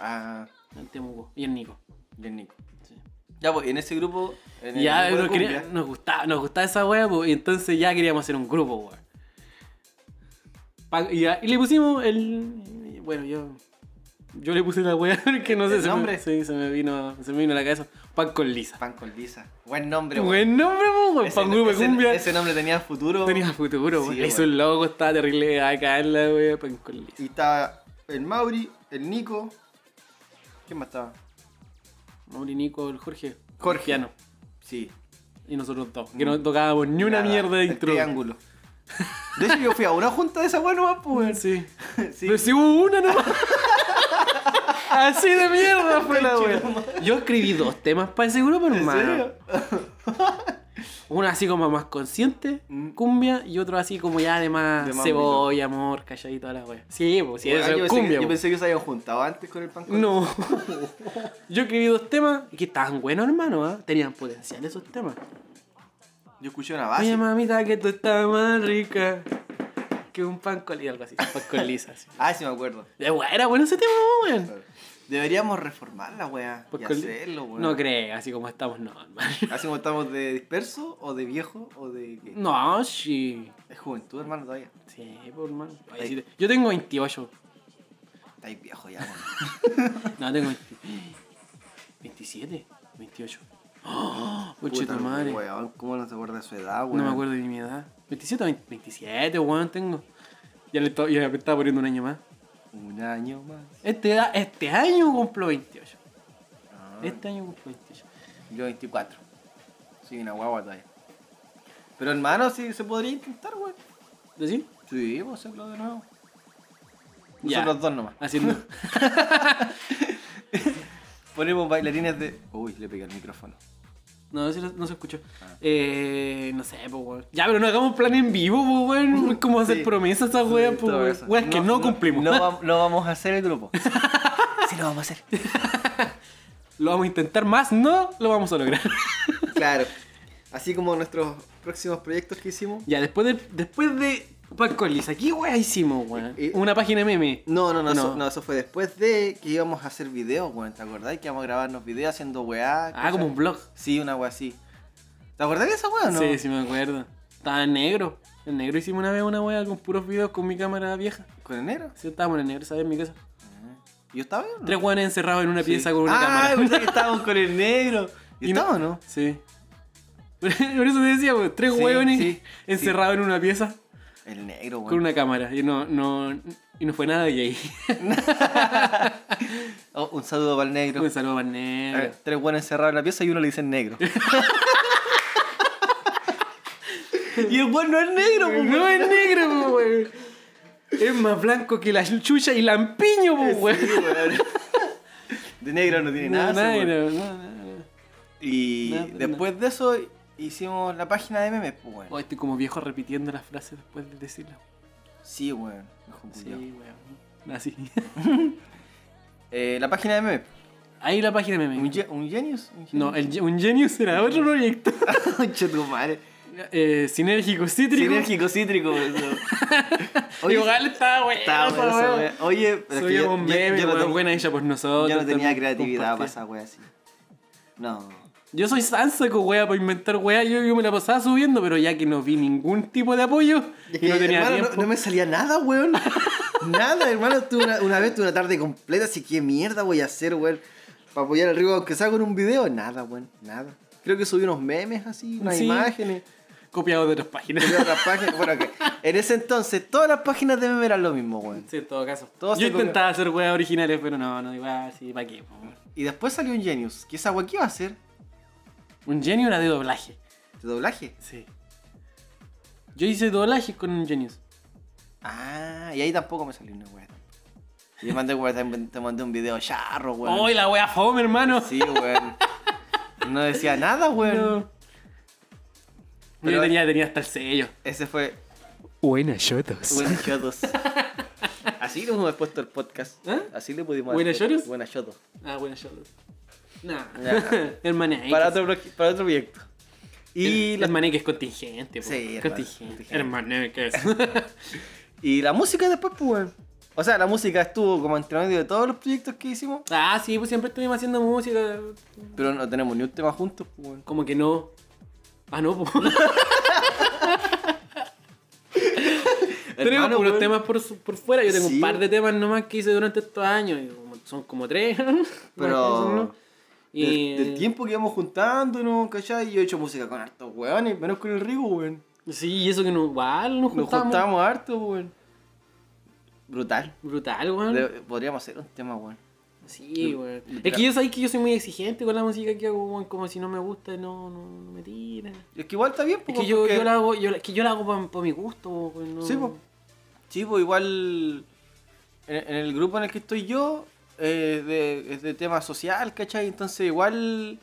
A: Ah,
B: En Temuco. Y en Nico.
A: bien Nico.
B: Sí.
A: Ya, pues, en ese grupo. En el
B: ya
A: grupo de
B: nos, quería-
A: cumbia,
B: nos gustaba, nos gustaba esa wea, pues, y entonces ya queríamos hacer un grupo, weón. Pa- Y, ya- y le pusimos el. Bueno, yo. Yo le puse la wea que no sé
A: ¿El
B: se me-
A: nombre?
B: sí, se me vino. Se me vino a la cabeza. Pan con Lisa.
A: Pan con Lisa. Buen nombre, weón.
B: Buen nombre, pues, weón.
A: Ese,
B: Pan Grupo de
A: ese-
B: Cumbia.
A: ese nombre tenía futuro.
B: Tenía futuro,
A: Sí,
B: weón.
A: weón.
B: Hizo un logo, estaba terrible acá en la wea, pan con Lisa.
A: Y estaba el Mauri, el Nico. ¿Quién más estaba?
B: Mauri, Nico, el Jorge.
A: Jorge.
B: Piano.
A: Sí.
B: Y nosotros dos. Que no tocábamos ni una
A: Nada,
B: mierda de
A: el
B: intro.
A: Triángulo. De hecho, yo fui a una junta de esa weá nomás, pues, weón.
B: Sí.
A: Sí.
B: Pero si hubo una nomás. Así de mierda fue la
A: Conche
B: wea.
A: tu
B: Yo escribí dos temas para ese grupo,
A: ¿En
B: hermano.
A: serio?
B: Uno así como más consciente,
A: Mm.
B: cumbia, y otro así como ya de más
A: De más
B: cebolla, amor, calladito y toda la wea. Sí, pues sí,
A: Weón,
B: eso
A: Ah, yo,
B: es
A: pensé
B: cumbia.
A: que, yo
B: po.
A: pensé que se habían juntado antes con el pan con
B: No. Yo escribí dos temas que estaban buenos, hermano. ¿ah? Tenían potencial esos temas.
A: Yo escuché una base.
B: Oye, mamita, que tú estás más rica que un pan con lisa, algo así. Pan con lisa, así.
A: Ah, sí me acuerdo.
B: Ya, weón, Era bueno ese tema, weón.
A: Deberíamos reformar la weá.
B: Pan
A: Y
B: con li-
A: hacerlo, weón.
B: No creo, así como estamos, no, hermano.
A: Así como estamos de disperso o de viejo o de qué.
B: No, sí.
A: Es juventud, hermano, todavía.
B: Sí, por hermano. Oye,
A: Ahí.
B: sí te- Yo tengo 28.
A: Estáis viejo ya, weón.
B: No, tengo 20 27, 28. ¡Oh! Pucha
A: Puta,
B: tu madre.
A: Weón, ¿cómo no se acuerda de su edad, weón?
B: No me acuerdo de mi edad. 27, o 20 27, weón, tengo. Ya le to- ya me estaba poniendo un año más.
A: Un año más.
B: Este, da- este año cumplo 28.
A: Ah,
B: Este año cumplo 28.
A: Yo 24. Soy una guagua todavía. Pero hermano, sí se podría intentar, weón.
B: ¿Decir?
A: Sí, vamos a hacerlo de nuevo.
B: Ya.
A: Nosotros dos nomás.
B: Haciendo.
A: Ponemos bailarines de. Uy, le pegué el micrófono.
B: No, sí, no se escuchó.
A: Ah.
B: Eh, no sé, pues, weón. Ya, pero no hagamos un plan en vivo, pues, weón. Es como hacer
A: Sí.
B: promesas a esas
A: Sí,
B: weas, pues,
A: todo
B: weón.
A: eso.
B: Weas que no, cumplimos.
A: No, va- no vamos a hacer el grupo. Sí, lo vamos a hacer.
B: Lo vamos a intentar más, no lo vamos a lograr.
A: Claro. Así como nuestros próximos proyectos que hicimos.
B: ya, después de, después de Pan con Lisa, ¿qué wea hicimos, weón?
A: Eh, eh.
B: Una página meme.
A: No, no, no,
B: No.
A: Eso, no, eso fue después de que íbamos a hacer videos, weón. ¿Te acordás? Que íbamos a grabarnos videos haciendo weá.
B: Ah,
A: cosas.
B: como un blog.
A: Sí, una weá así. ¿Te acordás de esa weá o no?
B: Sí, sí, me acuerdo. Estaba en negro. En negro hicimos una vez una wea con puros videos con mi cámara vieja.
A: ¿Con enero?
B: Sí, estábamos en el negro, ¿sabes? En mi casa.
A: ¿Yo estaba bien? o no?
B: Tres weones encerrados en una
A: Ah. Sí.
B: pieza con una
A: ah,
B: cámara.
A: pensé que estábamos con el negro. ¿Y,
B: Y no-
A: estaba o no?
B: Sí. Por eso te decía, pues, tres
A: Sí,
B: hueones
A: sí,
B: encerrados en una pieza
A: El negro, weón.
B: con una cámara. Y no, no, y no fue nada de ahí.
A: Oh, un saludo para el negro.
B: Un saludo para el
A: A ver,
B: Pues, negro.
A: tres buenos encerrados en la pieza y uno le dicen negro. y el buen no es negro, pues,
B: No
A: weón.
B: es negro, po, weón. Es más blanco que la chucha y lampiño, po, weón.
A: Eh, Sí, weón. De negro no tiene
B: No,
A: nada. ese weón.
B: negro, no, no, no.
A: Y
B: Nada,
A: después de eso hicimos la página de memes, pues, weón.
B: Oh, estoy como viejo repitiendo las frases después de decirlas.
A: Sí, weón. viejo
B: Sí,
A: culiao.
B: weón. Así.
A: Eh, la página de memes.
B: Ahí la página me
A: ¿Un, ge- un genius? ¿Un
B: No,
A: genius?
B: el ge- un genius era otro proyecto.
A: Concha tu madre.
B: Eh, sinérgico cítrico.
A: Sinérgico cítrico, weón.
B: Oye, Igual estaba bueno.
A: Estaba bueno
B: esa
A: esa
B: wea.
A: wea. Oye, pero es que
B: Subíamos memes,
A: yo no
B: weón,
A: tengo-
B: buena ella por nosotros.
A: yo no tenía
B: también,
A: creatividad para
B: compartir.
A: esa wea así. No.
B: Yo soy Sansaco, wea, para inventar wea. Yo, yo me la pasaba subiendo, pero ya que no vi ningún tipo de apoyo
A: Es
B: y no
A: que,
B: tenía
A: hermano, no-
B: tiempo.
A: No, me salía nada, weón. Nada, hermano, tuve una, una vez tuve una tarde completa, así que mierda voy a hacer, weón. Para apoyar al río, aunque salga en un video, nada, weón, nada. Creo que subí unos memes así, unas
B: Sí.
A: imágenes.
B: Copiado de otras páginas.
A: subí otras páginas. Bueno, que en ese entonces todas las páginas de memes eran lo mismo, weón.
B: Sí, en todo caso.
A: Todo se
B: Yo
A: copió.
B: intentaba hacer weas originales, pero no, no, igual, sí, ¿para qué? po?
A: Y después salió un Genius, que esa weón, ¿qué iba a hacer?
B: Un genio era de doblaje.
A: ¿De doblaje?
B: Sí. Yo hice doblaje con un genius.
A: Ah, y ahí tampoco me salió una weón. Y le mandé, weón, te- te mandé un video charro, weón.
B: ¡Ay, la wea fome, hermano!
A: Sí, weón. No decía nada, weón.
B: No.
A: Pero-
B: Yo tenía, tenía hasta el sello.
A: Ese fue
C: Buenas shotos.
A: Buenas Shotos. Así lo hemos puesto el podcast.
B: ¿Eh?
A: Así le pudimos
B: ¿Buenas
A: hacer.
B: Shotos?
A: Buenas Shotos.
B: Ah, bueno, yo. Nah.
A: Ya.
B: el maneque.
A: Para otro, pro- para otro proyecto.
B: Y
A: Y
B: el,
A: la,
B: maneque es contingente, po.
A: Sí, hermano,
B: contingente.
A: contingente.
B: El maneque es.
A: y la música después, pues, weón. O sea, la música estuvo como entre medio de todos los proyectos que hicimos,
B: ah, sí, pues siempre estuvimos haciendo música.
A: pero no tenemos ni un tema juntos, pues, weón.
B: Como que no. Ah, no, po. Tenemos
A: Hermano,
B: unos
A: weón.
B: temas por, su- por fuera. Yo tengo
A: Sí.
B: un par de temas nomás que hice durante estos años. y como- Son como tres.
A: Pero-
B: ¿no? Y... eh,
A: Del, del tiempo que íbamos juntándonos, ¿cachai? Yo he hecho música con hartos weones, menos con el Rigo, weón.
B: Sí, y eso que no, igual nos
A: Nos
B: juntamos.
A: juntábamos harto, weón. Brutal.
B: Brutal, weón.
A: Le- podríamos hacer un tema, weón.
B: Sí, weón.
A: Literal.
B: Es que yo sabéis que yo soy muy exigente con la música que hago, weón. Como si no me gusta, no, no, no me tira.
A: Es que igual está bien,
B: Es
A: po,
B: que yo,
A: porque-
B: yo la hago, yo, la- que yo la hago por mi gusto, weón. pues, no-
A: Sí, po. Sí, pues igual en, en el grupo en el que estoy yo eh, de- es de tema social, ¿cachai? Entonces igual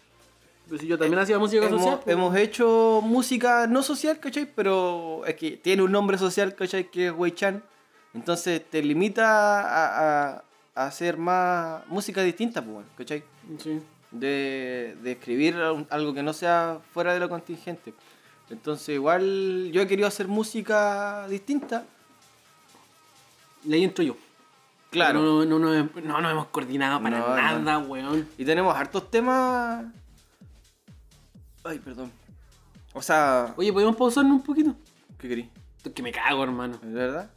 B: Pero si yo también hacía música
A: hemos,
B: social. po.
A: hemos hecho música no social, ¿cachai? Pero es que tiene un nombre social, ¿cachai? Que es Weichan. Entonces te limita a, a- a hacer más música distinta, pues, bueno, ¿cachai?
B: Sí.
A: de, de escribir un- algo que no sea fuera de lo contingente. Entonces igual yo he querido hacer música distinta.
B: Y ahí entro yo.
A: Claro.
B: No no, no, no, no nos hemos coordinado para
A: No,
B: nada, weón.
A: Y tenemos hartos temas. Ay, perdón. O sea,
B: Oye, ¿podemos pausarnos un poquito?
A: ¿qué querí?
B: Es que me cago, hermano.
A: ¿De verdad?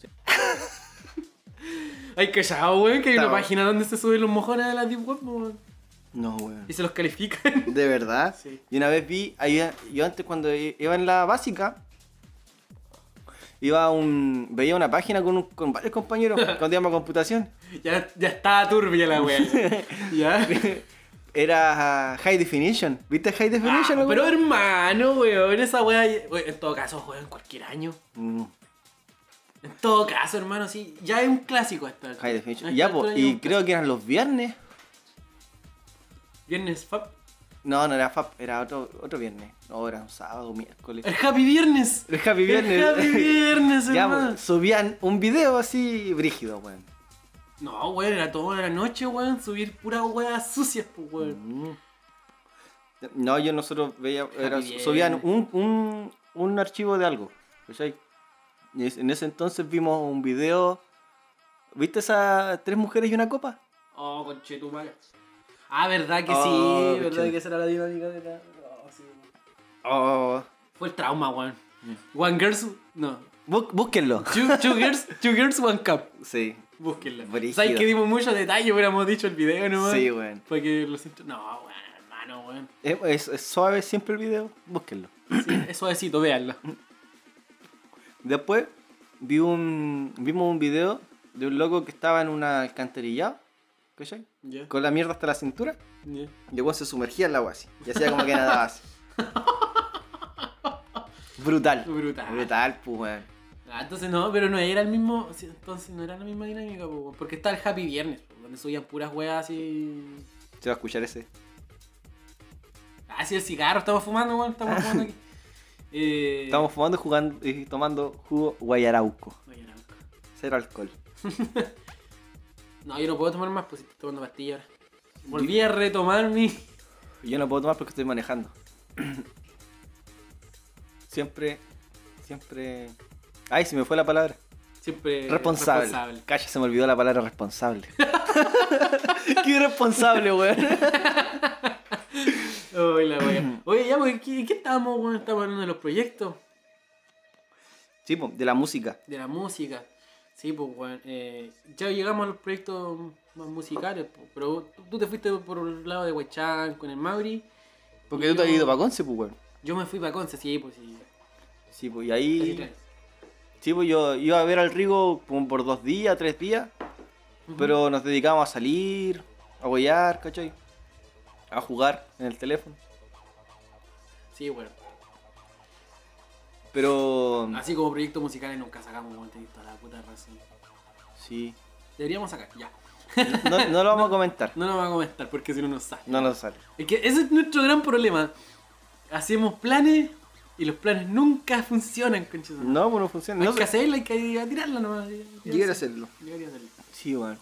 B: Ay, callado, weón, que hay una
A: Estaba-
B: página donde se suben los mojones de la Deep Web, weón.
A: No, weón.
B: Y se los califican.
A: ¿De verdad?
B: Sí.
A: Y una vez vi, ahí- yo antes cuando iba en la básica, iba a un. veía una página con, un- con varios compañeros cuando íbamos a computación.
B: ya, ya está turbia la weón. ya.
A: Era High Definition. ¿Viste High
B: Ah,
A: Definition?
B: pero hermano, weón, esa weá. weón, En todo caso, weón, cualquier año.
A: pero...
B: En todo caso, hermano, sí. Ya es un clásico hasta
A: High
B: Ah,
A: Definition. Ya, po, y creo que eran los viernes.
B: Viernes Fab.
A: No, no era FAP, era otro, otro viernes. No, era un sábado, miércoles.
B: El Happy Viernes.
A: El Happy Viernes.
B: El Happy Viernes,
A: Ya,
B: hermano.
A: weón, subían un video así brígido, weón.
B: No, weón, era toda la noche, weón, subir puras weas sucias, pues, weón.
A: Mm. No, yo nosotros veía, era-
B: Happy
A: subían
B: Viernes.
A: un, un, un archivo de algo. ¿cachai? Y es- En ese entonces vimos un video. ¿Viste esas tres mujeres y una copa?
B: Oh, conchetumara. Ah, verdad que
A: Oh,
B: sí, verdad
A: conchetumare.
B: que esa era la dinámica de la. Oh, sí.
A: Oh,
B: Fue el trauma, weón. One Girls. No.
A: bú- búsquenlo.
B: Two, two girls, two girls, One Cup.
A: Sí.
B: Búsquenla.
A: Brígido.
B: ¿Sabes que dimos muchos detalles? Hubiéramos dicho el video nomás.
A: Sí, weón.
B: Para que lo siento. No, weón, hermano, weón.
A: Es, es- es suave siempre el video. Búsquenlo.
B: Sí, es suavecito, véanlo.
A: Después vi un, vimos un video de un loco que estaba en una alcantarillada, ¿cachai?
B: Ya.
A: Con la mierda hasta la cintura.
B: ya.
A: Y luego se sumergía en el agua así. Y hacía como que nadaba así. Brutal.
B: Brutal.
A: Brutal, pues, weón.
B: Ah, entonces no, pero no era el mismo. sí, Entonces no era la misma dinámica, po, weón. porque está el Happy Viernes, po, donde subían puras weas y.
A: Se va a escuchar ese.
B: Ah, sí, el cigarro, estamos fumando, weón, estamos fumando aquí. Eh,
A: Estamos fumando, jugando y tomando jugo guayarauco.
B: Oye, no.
A: Cero alcohol.
B: No, yo no puedo tomar más, pues estoy tomando pastillas ahora. Volví a retomar mi.
A: Y yo no puedo tomar porque estoy manejando. Siempre, siempre... Ay, se me fue la palabra.
B: Siempre.
A: Eh, Responsable.
B: responsable.
A: Cacha, se me olvidó la palabra responsable. Qué irresponsable, weón.
B: Oye, la wea. Oye, ya, pues, ¿qué, qué estábamos, weón? Estábamos hablando de los proyectos,
A: Sí, po, de la música.
B: de la música. Sí, pues, weón. eh, ya llegamos a los proyectos más musicales, pues, pero tú, tú te fuiste por el lado de Huachán con el Mauri.
A: Porque tú te has
B: Yo-
A: ido para Conce, pues, weón.
B: Yo me fui para Conce, sí, pues sí.
A: Sí, pues, y ahí. Sí, pues yo iba a ver al Rigo como por dos días, tres días. Pero nos dedicábamos a salir, a huear, ¿cachai? A jugar en el teléfono.
B: Sí, bueno.
A: Pero.
B: Así como proyectos musicales nunca sacamos, weón, tenés toda la puta razón.
A: Sí.
B: Deberíamos sacar, ya.
A: No, no lo vamos a comentar.
B: No nos va a comentar porque si no nos sale.
A: No nos sale.
B: Es que ese es nuestro gran problema. Hacemos planes y los planes nunca funcionan, conchito.
A: No, pues no funciona.
B: Hay
A: No,
B: que hacerla, hay que ir a tirarla nomás. Llegar
A: Llegar a hacerlo.
B: Llegar a hacerlo.
A: Sí, bueno.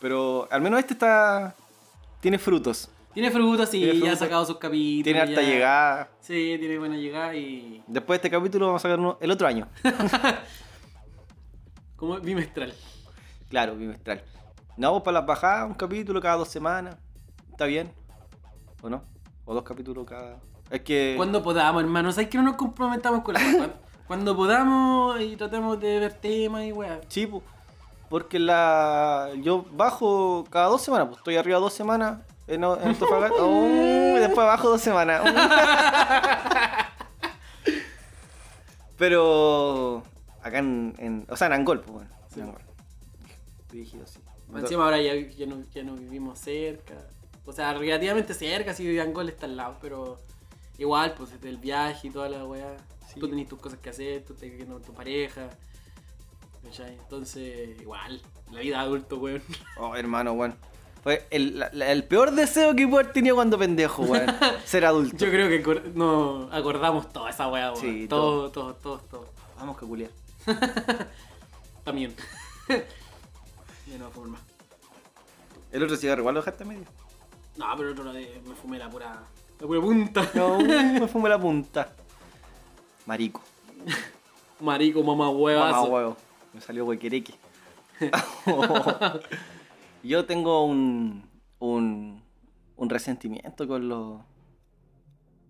A: Pero al menos este está. Tiene frutos.
B: Tiene frutas y
A: Tiene
B: ya ha
A: frutas.
B: sacado sus capítulos.
A: Tiene harta
B: ya.
A: llegada.
B: Sí, tiene buena llegada y.
A: Después de este capítulo vamos a sacar uno el otro año.
B: como bimestral.
A: claro, bimestral. Nos vamos para las bajadas, un capítulo cada dos semanas. ¿Está bien? ¿O no? ¿O dos capítulos cada.? Es que.
B: Cuando podamos, hermano. ¿Sabes que no nos comprometamos con la cuando, cuando podamos y tratemos de ver temas y weá.
A: Sí, po. porque la yo bajo cada dos semanas, pues estoy arriba dos semanas en, en Antofagasta. Uh, y después bajo dos semanas. Uh. Pero acá en, en- O sea, en Angol, pues bueno. en Angol. Brígido, sí.
B: Encima ahora ya, ya, no, ya no vivimos cerca. O sea, relativamente cerca, si Angol está al lado, pero igual, pues el viaje y toda la weá.
A: Sí.
B: Tú tenés tus cosas que hacer, tú estás viviendo con tu pareja. ¿cachai? Entonces, igual, la vida de adulto, weón.
A: Oh, hermano, bueno. Fue el, la- la- el peor deseo que pude haber tenido cuando pendejo, weón. Ser adulto.
B: Yo creo que acor- no acordamos toda esa weá, weón.
A: Sí,
B: todo, todo, todo, todo.
A: Vamos que culiar.
B: También. de no forma.
A: El otro cigarro, igual lo dejaste a medio.
B: No, pero el otro lo de- me fumé la pura, la pura punta.
A: No, me fumé la punta. Marico.
B: Marico, mamá
A: Mamá
B: huevazo.
A: huevo. Me salió huequereque. Yo tengo un, un, un resentimiento con los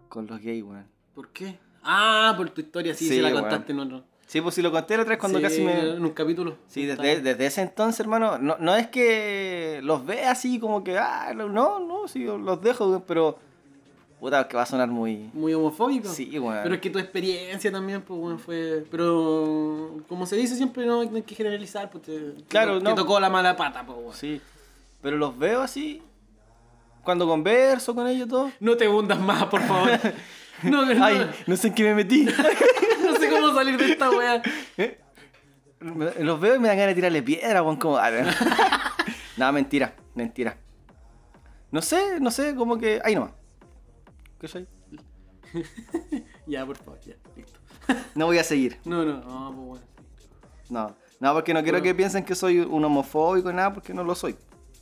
A: con los gays, weón.
B: ¿Por qué? Ah, por tu historia, sí,
A: Sí,
B: se la
A: weón.
B: contaste en otro.
A: Sí, pues si lo conté la otra vez cuando
B: Sí,
A: casi me...
B: En un capítulo.
A: Sí, desde, desde ese entonces, hermano, no, no es que los ve así como que, ah, no, no, sí, los dejo, weón, pero... Puta, que va a sonar muy...
B: Muy homofóbico.
A: Sí, weón.
B: Pero es que tu experiencia también, pues, bueno, fue... Pero, como se dice siempre, no hay que generalizar, pues, te, te
A: Claro,
B: to- te
A: no.
B: tocó la mala pata, pues, weón.
A: Sí, pero los veo así, cuando converso con ellos todo.
B: No te hundas más, por favor. No, no,
A: Ay, no sé en qué me metí.
B: no sé cómo salir de esta weá.
A: Me- Los veo y me dan ganas de tirarle piedra, weón. Como... Nada, mentira, mentira. No sé, no sé, como que. Ahí nomás. ¿Qué soy?
B: Ya, por favor, ya, listo.
A: No voy a seguir.
B: No, no, no, pues, bueno.
A: No, no, porque no quiero que piensen que soy un homofóbico y nada, porque no lo soy.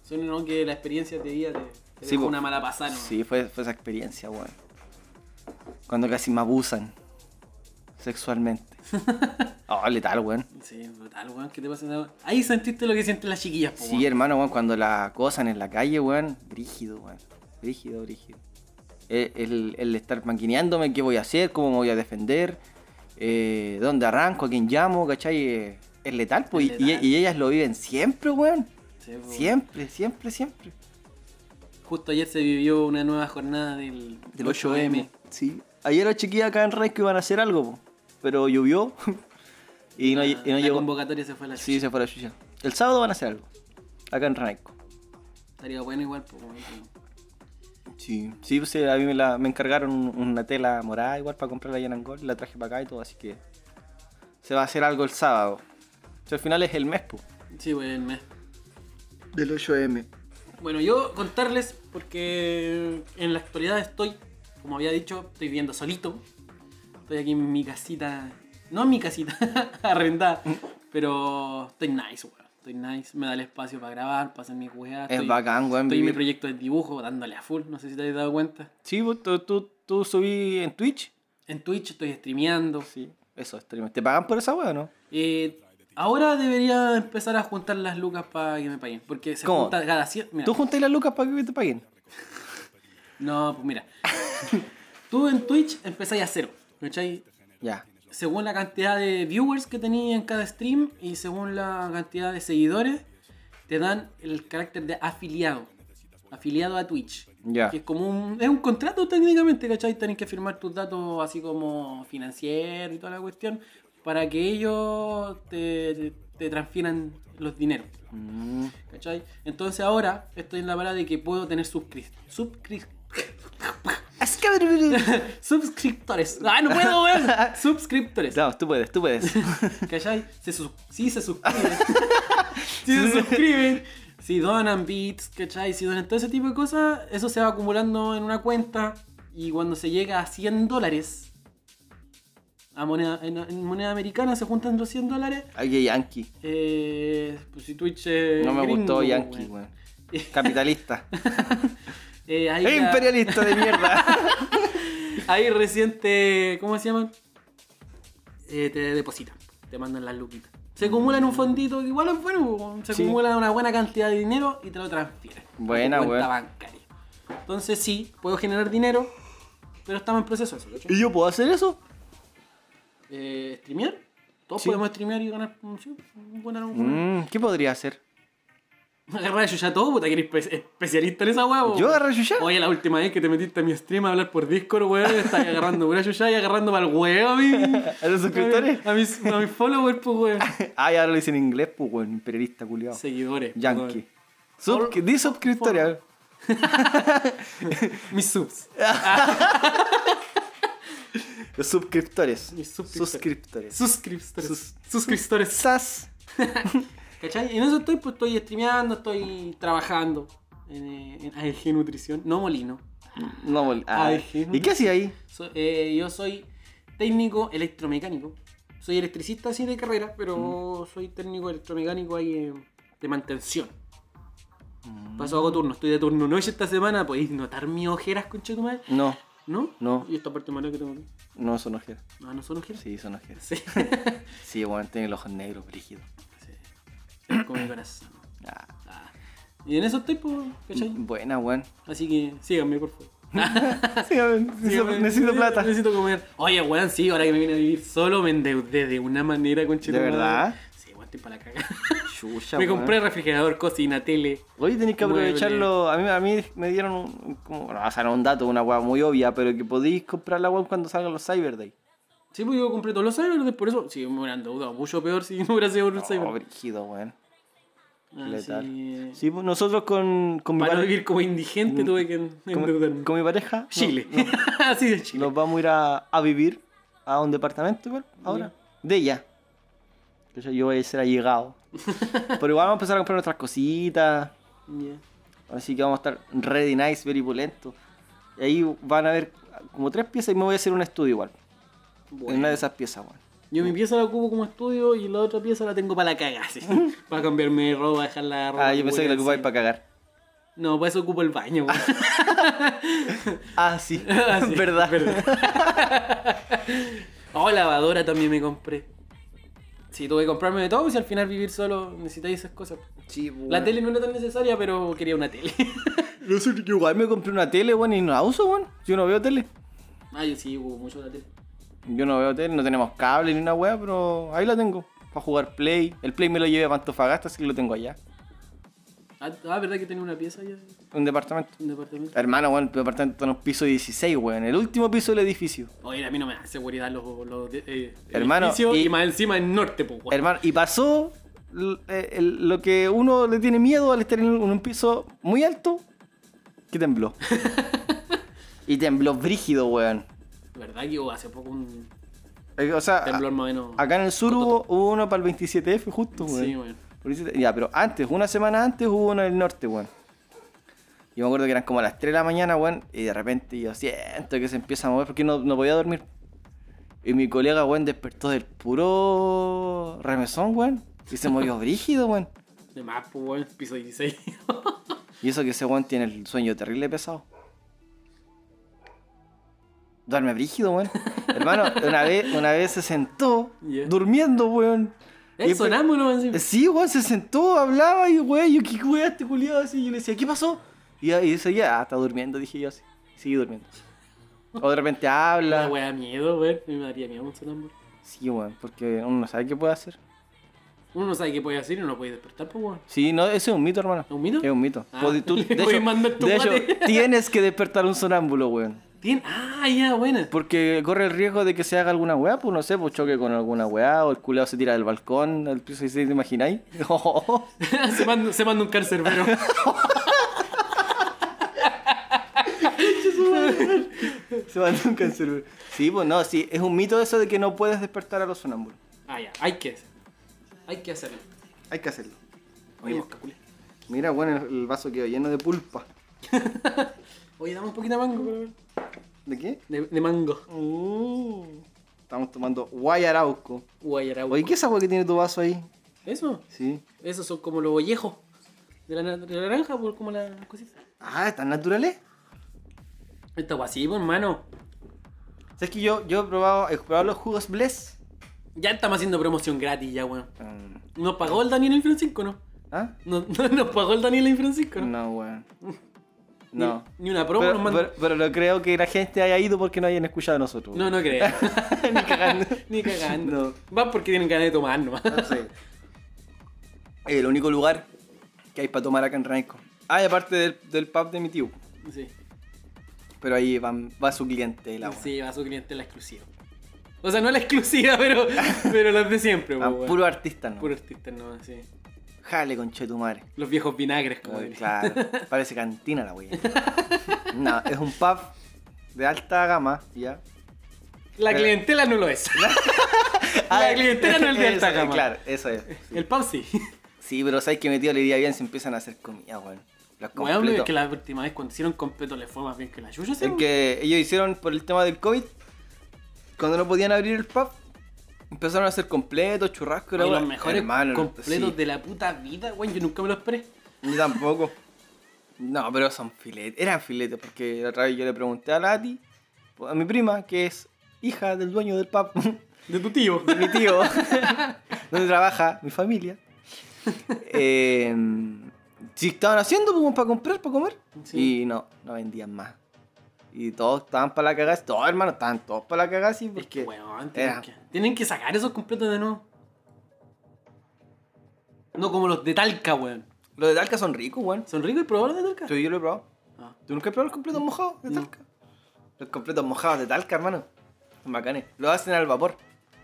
B: Solo no que la experiencia de vida te, te
A: Sí,
B: dejó
A: po.
B: una mala pasada, ¿no?
A: Sí, fue, fue esa experiencia, weón. Cuando casi me abusan. Sexualmente. Oh, letal, weón.
B: Sí, brutal, weón, ¿qué te pasa? esa weá? Ahí sentiste lo que sienten las chiquillas, po,
A: Sí,
B: weón.
A: hermano, weón, cuando la acosan en la calle, weón, brígido, weón. Brígido, brígido. El, el- el estar maquineándome, qué voy a hacer, cómo me voy a defender, eh, dónde arranco, a quién llamo, ¿cachai? Eh, Es letal, pues.
B: Es
A: y-
B: letal. Oh.
A: Y, y ellas lo viven siempre, weón.
B: Sí, po, weón.
A: Siempre, siempre, siempre.
B: Justo ayer se vivió una nueva jornada del,
A: Del 8M. Sí. Ayer los chiquillos acá en Rey que iban a hacer algo, po, pero llovió y no,
B: La,
A: y no
B: la
A: llegó.
B: convocatoria se fue a la
A: Sí,
B: chucha.
A: se fue la chucha. El sábado van a hacer algo. Acá en Raico.
B: Estaría bueno igual, po, weón, que-
A: Sí, sí, pues eh, a mí me, la, me encargaron un- una tela morada igual para comprarla allá en Angol, la traje para acá y todo, así que se va a hacer algo el sábado. O sea, al final es el mes, pues.
B: Sí, weón, el mes.
A: Del 8M.
B: Bueno, yo contarles, porque en la actualidad estoy, como había dicho, estoy viviendo solito. Estoy aquí en mi casita, no en mi casita, arrendada, pero estoy nice, weón. Estoy nice, me da el espacio para grabar, para hacer mis weas.
A: Es
B: estoy-
A: bacán, weón.
B: Estoy en mi
A: vivir.
B: proyecto de dibujo, dándole a full, no sé si te has dado cuenta.
A: Sí, pues tú, tú, tú subí en Twitch.
B: En Twitch estoy streameando.
A: Sí. Eso, stream. ¿Te pagan por esa weá o no?
B: Eh, ahora debería empezar a juntar las lucas para que me paguen, porque se
A: ¿Cómo?
B: junta cada cien... mira.
A: ¿Tú juntas las lucas para que te paguen?
B: No, pues mira. Tú en Twitch empezáis a cero, ¿cachai?
A: Ya.
B: según la cantidad de viewers que tenía en cada stream y según la cantidad de seguidores, te dan el carácter de afiliado. Afiliado a Twitch.
A: Ya.
B: Que es como un, es un contrato técnicamente, ¿cachai? Tenés que firmar tus datos así como financieros y toda la cuestión para que ellos te, te- te transfieran los dineros.
A: Mm.
B: ¿Cachai? Entonces ahora estoy en la parada de que puedo tener suscri- subcri- suscriptores. ¡Ah, no puedo, weón! Suscriptores.
A: Vamos, tú puedes, tú puedes.
B: ¿Cachai? Se sus- sí se suscriben. sí se suscriben. Si donan bits, ¿cachai? Si donan todo ese tipo de cosas, eso se va acumulando en una cuenta. Y cuando se llega a 100 dólares, a moneda, en, en moneda americana se juntan los 100 dólares.
A: Oye, Yankee.
B: Eh, pues si Twitch es
A: No me
B: gringo,
A: gustó
B: pues,
A: Yankee,
B: weón.
A: weón. Capitalista.
B: Eh, ahí
A: ¡Eh,
B: ya-
A: imperialista de mierda!
B: Ahí reciente, ¿cómo se llaman? Eh, te depositan, te mandan las luquitas. Se acumula en un fondito que igual es bueno, po. se
A: Sí.
B: acumula una buena cantidad de dinero y te lo transfieren. a tu
A: Buena,
B: cuenta
A: weón.
B: bancaria. Entonces sí, puedo generar dinero, pero estamos en proceso de eso, ¿cachai?
A: ¿Y yo puedo hacer eso?
B: Eh, ¿Streamear? Todos
A: Sí.
B: podemos streamear y ganar mm, sí, un buen algo.
A: Mm, ¿Qué podría hacer?
B: Agarrar yo ya todo, puta, que eres espe- especialista en esa weá, po.
A: Mm. ¿Yo agarré Yuya?
B: Oye, la última vez que te metiste a mi stream a hablar por Discord, weón, estás agarrando pura ya y agarrando para el huevo, mi-
A: ¿A los suscriptores?
B: A mis, a mis followers, pues, weón.
A: Ah, ya lo dicen en inglés, pues, weón. Imperialista, culiado.
B: Seguidores. pues,
A: Yankee. Sub,
B: Por-
A: di suscriptores. a ver.
B: weón. Mis subs.
A: Los suscriptores.
B: Mis
A: Suscriptores.
B: suscriptores. Suscriptores.
A: Sus-
B: Suscriptores.
A: Sas.
B: ¿Cachai? En eso estoy, pues estoy streameando, estoy trabajando en, eh, en AEG Nutrición. No Molino.
A: No, bol- ah.
B: Ay, qué-
A: ¿Y qué hacía ahí?
B: So- eh, yo soy técnico electromecánico. Soy electricista así de carrera, pero
A: Mm.
B: soy técnico electromecánico ahí eh, de mantención.
A: Mm.
B: Paso hago turno, estoy de turno noche esta semana, podéis notar mis ojeras, concha de tu madre.
A: No,
B: ¿No?
A: No.
B: ¿Y esta parte mala que tengo aquí?
A: no son ojeras.
B: Ah, no son ojeras.
A: Sí, son ojeras.
B: Sí.
A: Sí, bueno, tiene los ojos negros, brígido.
B: Con mi corazón.
A: Ah,
B: Ah. Y en eso estoy, pues, ¿cachai?
A: buena, weón.
B: Así que síganme, por favor.
A: Sí, weón, necesito,
B: Síganme.
A: necesito plata.
B: Necesito comer. Oye, weón, sí, ahora que me vine a vivir solo me endeudé de una manera con
A: ¿De verdad?
B: Sí, weón, estoy para la cagada.
A: Chucha,
B: me
A: weón.
B: compré refrigerador, cocina, tele.
A: Oye, tenés que
B: Mueble.
A: aprovecharlo. A mí, a mí me dieron un, como, o sea, no un dato, una weá muy obvia, pero que podéis comprar la weá cuando salgan los Cyber Day.
B: Sí, pues yo compré todos los cyber, por eso. Sí, me hubiera endeudado mucho peor si no hubiera sido por el
A: Oh,
B: cyber. Ah,
A: brígido, weón.
B: Así...
A: Letal. Sí, pues, nosotros con, con, mi
B: Para no
A: pare-
B: vivir como indigente tuve que endeudarme.
A: con, con mi pareja. no-
B: Chile. Así de Chile.
A: Nos vamos a ir a, a vivir a un departamento igual, ahora. De ella. Que Yo, yo voy a ser allegado. Pero igual vamos a empezar a comprar nuestras cositas.
B: Ya.
A: Así que vamos a estar ready nice, very pulento. Y ahí van a ver como tres piezas y me voy a hacer un estudio igual. En una de esas piezas, weón.
B: Yo mi pieza la ocupo como estudio y la otra pieza la tengo para la cagada, sí. para cambiarme de ropa, dejar la ropa.
A: Ah, yo pensé que la
B: así.
A: ocupabais para cagar.
B: No, para eso ocupo el baño, güey.
A: Ah, sí.
B: Así,
A: verdad.
B: oh, lavadora también me compré. Sí, tuve que comprarme de todo y si al final vivir solo necesitáis esas cosas.
A: Sí,
B: La tele no era tan necesaria, pero quería una tele.
A: Yo soy- yo igual me compré una tele, weón, y no la uso, weón. Yo no veo tele.
B: ah, yo sí, hubo mucho la tele.
A: Yo no veo tele, no tenemos cable ni una wea, pero ahí la tengo. Para jugar Play. El Play me lo llevé a Pantofagasta, así que lo tengo allá.
B: Ah, ah, ¿verdad que tenía una pieza ya?
A: Un departamento.
B: Un departamento.
A: Hermano, weón, el departamento en un piso 16, weón. El último piso del edificio.
B: Oye, a mí no me da seguridad los, los de- eh,
A: Hermano,
B: edificios, y,
A: y-
B: más encima en norte, pues, güey.
A: Hermano, y pasó l- eh, el- lo que uno le tiene miedo al estar en un un piso muy alto, que tembló. y tembló brígido, weón.
B: ¿Verdad que hubo hace poco un
A: Eh, O sea,
B: temblor más o menos?
A: acá en el sur hubo, hubo uno para el 27F, justo, weón.
B: Sí, bueno.
A: Por eso te- Ya, pero antes, una semana antes hubo uno en el norte, weón. Yo me acuerdo que eran como a las 3 de la mañana, weón, y de repente yo siento que se empieza a mover porque no, no podía dormir. Y mi colega, weón, despertó del puro remesón, weón. Y se movió brígido, weón.
B: De más, pues, weón, piso 16.
A: Y eso que ese weón tiene el sueño terrible pesado. Duerme brígido, weón. Hermano, una vez, una vez se sentó
B: Ya.
A: durmiendo, weón.
B: es
A: Y-
B: sonámbulo, encima.
A: Sí, weón, se sentó, hablaba y weón, yo qué weón este culiado así. Yo le decía, ¿qué pasó? Y, y seguía, ah, está durmiendo, dije yo así. Sigue durmiendo. O de repente
B: La
A: habla.
B: wea da miedo, weón. A mí me daría miedo un sonámbulo.
A: Sí, weón, porque uno no sabe qué puede hacer.
B: Uno no sabe qué puede hacer y no lo puede despertar, pues, weón.
A: Sí, no, ese es un mito, hermano.
B: ¿Es un mito?
A: Es un mito.
B: Ah,
A: Pues, tú-
B: le
A: de
B: voy a
A: hecho,
B: mandar tu
A: de hecho,
B: mate.
A: tienes que despertar un sonámbulo, weón.
B: Tien- Ah, ya, buena.
A: Porque corre el riesgo de que se haga alguna weá, pues no sé, pues choque con alguna weá, o el culeado se tira del balcón, al piso y se te imagináis.
B: se, manda, se manda un cancerbero.
A: se manda un cáncer. Sí, pues no, sí, es un mito eso de que no puedes despertar a los sonámbulos.
B: Ah, ya, hay que hacerlo. Hay que hacerlo.
A: Hay que hacerlo.
B: Oye, mosca culia.
A: Mira, bueno, el vaso quedó lleno de pulpa.
B: Oye, dame un poquito de mango, por favor.
A: ¿De qué?
B: De, de mango.
A: Estamos tomando guayarauco.
B: Guayarauco.
A: Oye, ¿qué es esa weá que tiene tu vaso ahí?
B: ¿Eso?
A: Sí.
B: Esos son como los ollejos de la, na- de la naranja, por como las cositas.
A: Ah, ¿están naturales?
B: Está guasivo, pues, hermano.
A: ¿Sabes que yo, yo he, probado, he probado los jugos Bless?
B: Ya estamos haciendo promoción gratis, ya, weón.
A: Mm,
B: Nos pagó el Daniel y el Francisco, ¿no?
A: ¿Ah?
B: No, no, nos pagó el Daniel y el Francisco, ¿no?
A: No, weón.
B: Ni-
A: No.
B: Ni, una promo
A: pero,
B: nos mandó.
A: pero- pero no creo que la gente haya ido porque no hayan escuchado a nosotros.
B: No, no creo.
A: ni cagando.
B: Ni cagando.
A: No.
B: Va porque tienen ganas de tomar nomás.
A: Es el único lugar que hay para tomar acá en Ranco. Ah, y aparte del, del pub de mi tío.
B: Sí.
A: Pero ahí van- va su cliente. La weá.
B: Sí, va su cliente la exclusiva. O sea, no la exclusiva, pero, pero las de siempre,
A: Van
B: po, weón.
A: Ah, puro artista, ¿no?
B: Puro artista, no, sí.
A: Jale con Chetumare.
B: Los viejos vinagres, como diría.
A: Claro, parece cantina la wea. no, es un pub de alta gama, ya.
B: La
A: Pero-
B: clientela no lo es. la clientela no es de alta
A: Eso,
B: gama.
A: Claro, eso es.
B: El pub sí.
A: Sí, pero sabes que mi tío le iría bien si empiezan a hacer comida, weón. Los
B: Weón, es
A: completos.
B: que la última vez cuando hicieron completo le fue más bien que la yuya, ¿sí?
A: En que ellos hicieron por el tema del COVID, cuando no podían abrir el pub, empezaron a hacer completos, churrascos,
B: Oye,
A: la
B: los
A: wea.
B: mejores
A: Hermano,
B: completos
A: sí.
B: de la puta vida, weón. Yo nunca me los esperé.
A: Ni tampoco. No, pero son filetes. Eran filetes, porque la otra vez yo le pregunté a Lati, a mi prima, que es hija del dueño del pub,
B: De tu tío.
A: de mi tío, donde trabaja mi familia. Eh, si estaban haciendo como para comprar, para comer.
B: Sí.
A: Y no, no vendían más. Y todos estaban para la cagada. Todos, hermano, estaban todos para la cagada, sí,
B: Es que,
A: porque...
B: weón, tienen
A: era.
B: que, tienen que sacar esos completos de nuevo. No como los de Talca, weón.
A: Los de Talca son ricos, weón.
B: ¿Son ricos y probaron los de Talca?
A: Sí, yo lo he probado.
B: Ah.
A: ¿Tú nunca has probado los completos mojados de
B: No.
A: Talca? Los completos mojados de Talca, hermano. Son bacanes. Lo hacen al vapor.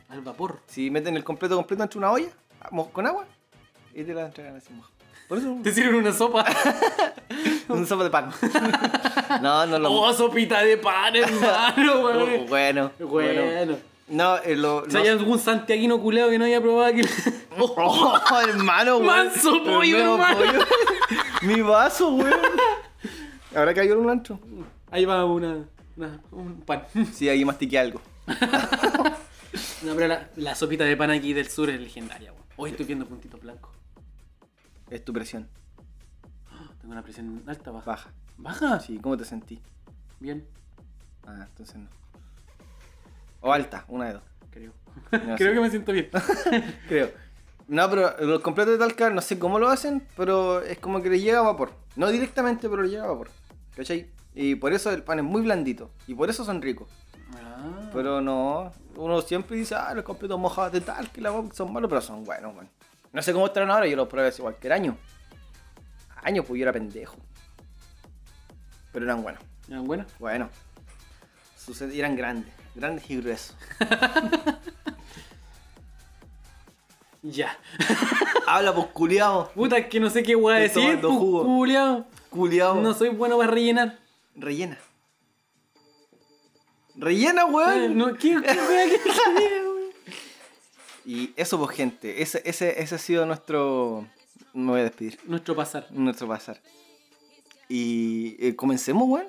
B: Al vapor.
A: Si meten el completo completo entre una olla, ah, mo- con agua, y te la entregan así mojado. Por eso,
B: Te sirven una sopa.
A: un sopa de pan. no, no lo...
B: oh, sopita de pan, hermano, weón.
A: bueno,
B: Bueno.
A: Oh, bueno. No, eh, lo...
B: O sea,
A: no-
B: hay algún santiaguino culeo que no haya probado aquí.
A: Oh, hermano, weón.
B: Manso pollo,
A: Hermano,
B: hermano.
A: pollo. Mi vaso, weón. Ahora cayó en un ancho.
B: Ahí va una, una- un pan.
A: Sí, ahí mastiqué algo.
B: No, pero la, la sopita de pan aquí del sur es legendaria, weón. Hoy estoy viendo puntitos blancos.
A: Es tu presión.
B: Tengo una presión alta, baja.
A: Baja.
B: ¿Baja?
A: Sí, ¿cómo te sentí?
B: Bien,
A: Ah, entonces no. O alta, una de dos.
B: creo.
A: No
B: creo
A: sé.
B: que me siento bien.
A: Creo. No, pero los completos de Talca, no sé cómo lo hacen, pero es como que les llega vapor. No directamente, pero les llega vapor. ¿Cachai? Y por eso el pan es muy blandito. Y por eso son ricos.
B: Ah.
A: Pero no, uno siempre dice, ah, los completos mojados de tal, que la wea, que son malos, pero son buenos, weón. No sé cómo estarán ahora, yo los probé hace cualquier año. Año, pues yo era pendejo. Pero eran buenos,
B: ¿Eran buenas?
A: bueno. Sucede, eran grandes, grandes y gruesos.
B: Ya.
A: Habla, pues culiao,
B: Puta, es que no sé qué voy a
A: Estoy
B: decir,
A: tomando
B: pues,
A: jugo.
B: culiao.
A: culiao.
B: No soy bueno para rellenar.
A: Rellena. Rellena,
B: Eh,
A: weón.
B: No, ¿qué, qué, qué- qué-
A: Y eso, pues, gente, ese, ese, ese ha sido nuestro... Me voy a despedir.
B: Nuestro pasar.
A: Nuestro pasar. Y eh, comencemos, weón.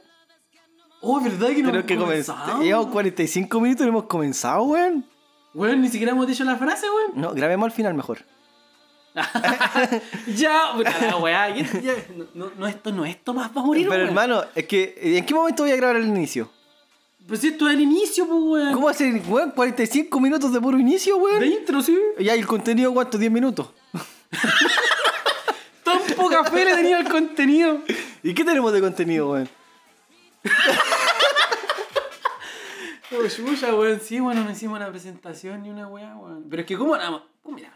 B: Oh, ¿verdad que no
A: Creo que comenzamos. Llevamos 45 minutos y no hemos comenzado, weón.
B: Weón, ni siquiera hemos dicho la frase, weón.
A: No, grabemos al final mejor.
B: Ya, puta la weá. ya- ya, No, no, no, esto no esto más va a morir,
A: Pero
B: weón.
A: hermano, es que eh, ¿en qué momento voy a grabar el inicio?
B: Pues si esto es el inicio, pues, weón.
A: ¿Cómo hacer, weón? 45 minutos de puro inicio,
B: De
A: weón.
B: intro, sí.
A: Ya, ¿y el contenido cuánto? 10 minutos.
B: Tan poca fe le tenía el contenido.
A: ¿Y qué tenemos de contenido, weón?
B: Como Oh, chucha, weón. Sí, bueno, no hicimos una presentación ni una weá, weón. Pero es que, ¿cómo vamos? ¿Cómo mira,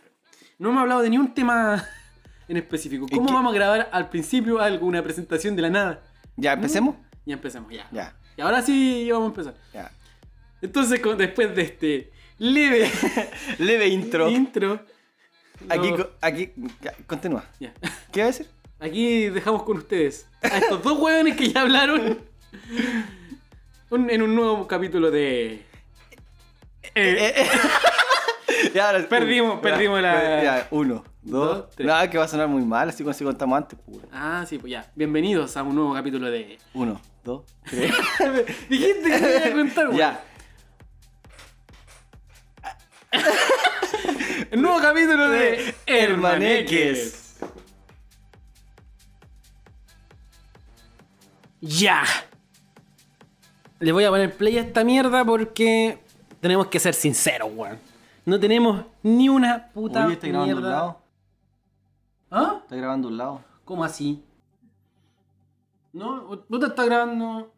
B: No hemos hablado de ni un tema en específico. ¿Cómo
A: qué?
B: vamos a grabar al principio alguna presentación de la nada?
A: Ya, empecemos.
B: Ya empezamos, ya.
A: Ya,
B: Y ahora sí vamos a empezar.
A: ya.
B: Entonces, con- después de este leve
A: Leve intro.
B: intro.
A: Aquí,
B: lo-
A: co- aquí, ya, continúa.
B: ya.
A: ¿Qué va a decir?
B: Aquí dejamos con ustedes a estos dos hueones que ya hablaron un- en un nuevo capítulo de. Eh,
A: Ya, ahora-
B: Perdimos,
A: ya,
B: perdimos la-
A: Ya, uno, dos,
B: Dos, tres.
A: tres. Nada, que va a sonar muy mal, así como si contamos antes. pues, weón.
B: Ah, sí, pues ya. Bienvenidos a un nuevo capítulo de.
A: Uno, dos, tres.
B: Dijiste que te iba a contar, weón.
A: ya.
B: El nuevo capítulo de. Hermaneques.
A: Eh, Hermaneques.
B: Ya. Le voy a poner play a esta mierda porque tenemos que ser sinceros, weón. No tenemos ni una puta
A: Oye, está este grabando un
B: mierda.
A: lado.
B: ¿Ah?
A: Está grabando un lado.
B: ¿Cómo así? No, vos te estás grabando.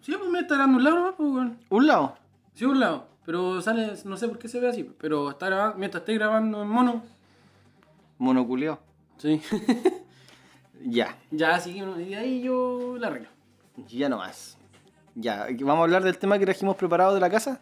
B: Sí, pues me está grabando un lado nomás, pues, weón.
A: ¿Un lado?
B: Sí, un lado. Pero sale, no sé por qué se ve así, pero está grabando, mientras estoy grabando en mono.
A: Monoculeo.
B: Sí.
A: Ya.
B: ya, así que y de ahí yo la arreglo.
A: Ya nomás. Ya, ¿vamos a hablar del tema que trajimos preparado de la casa?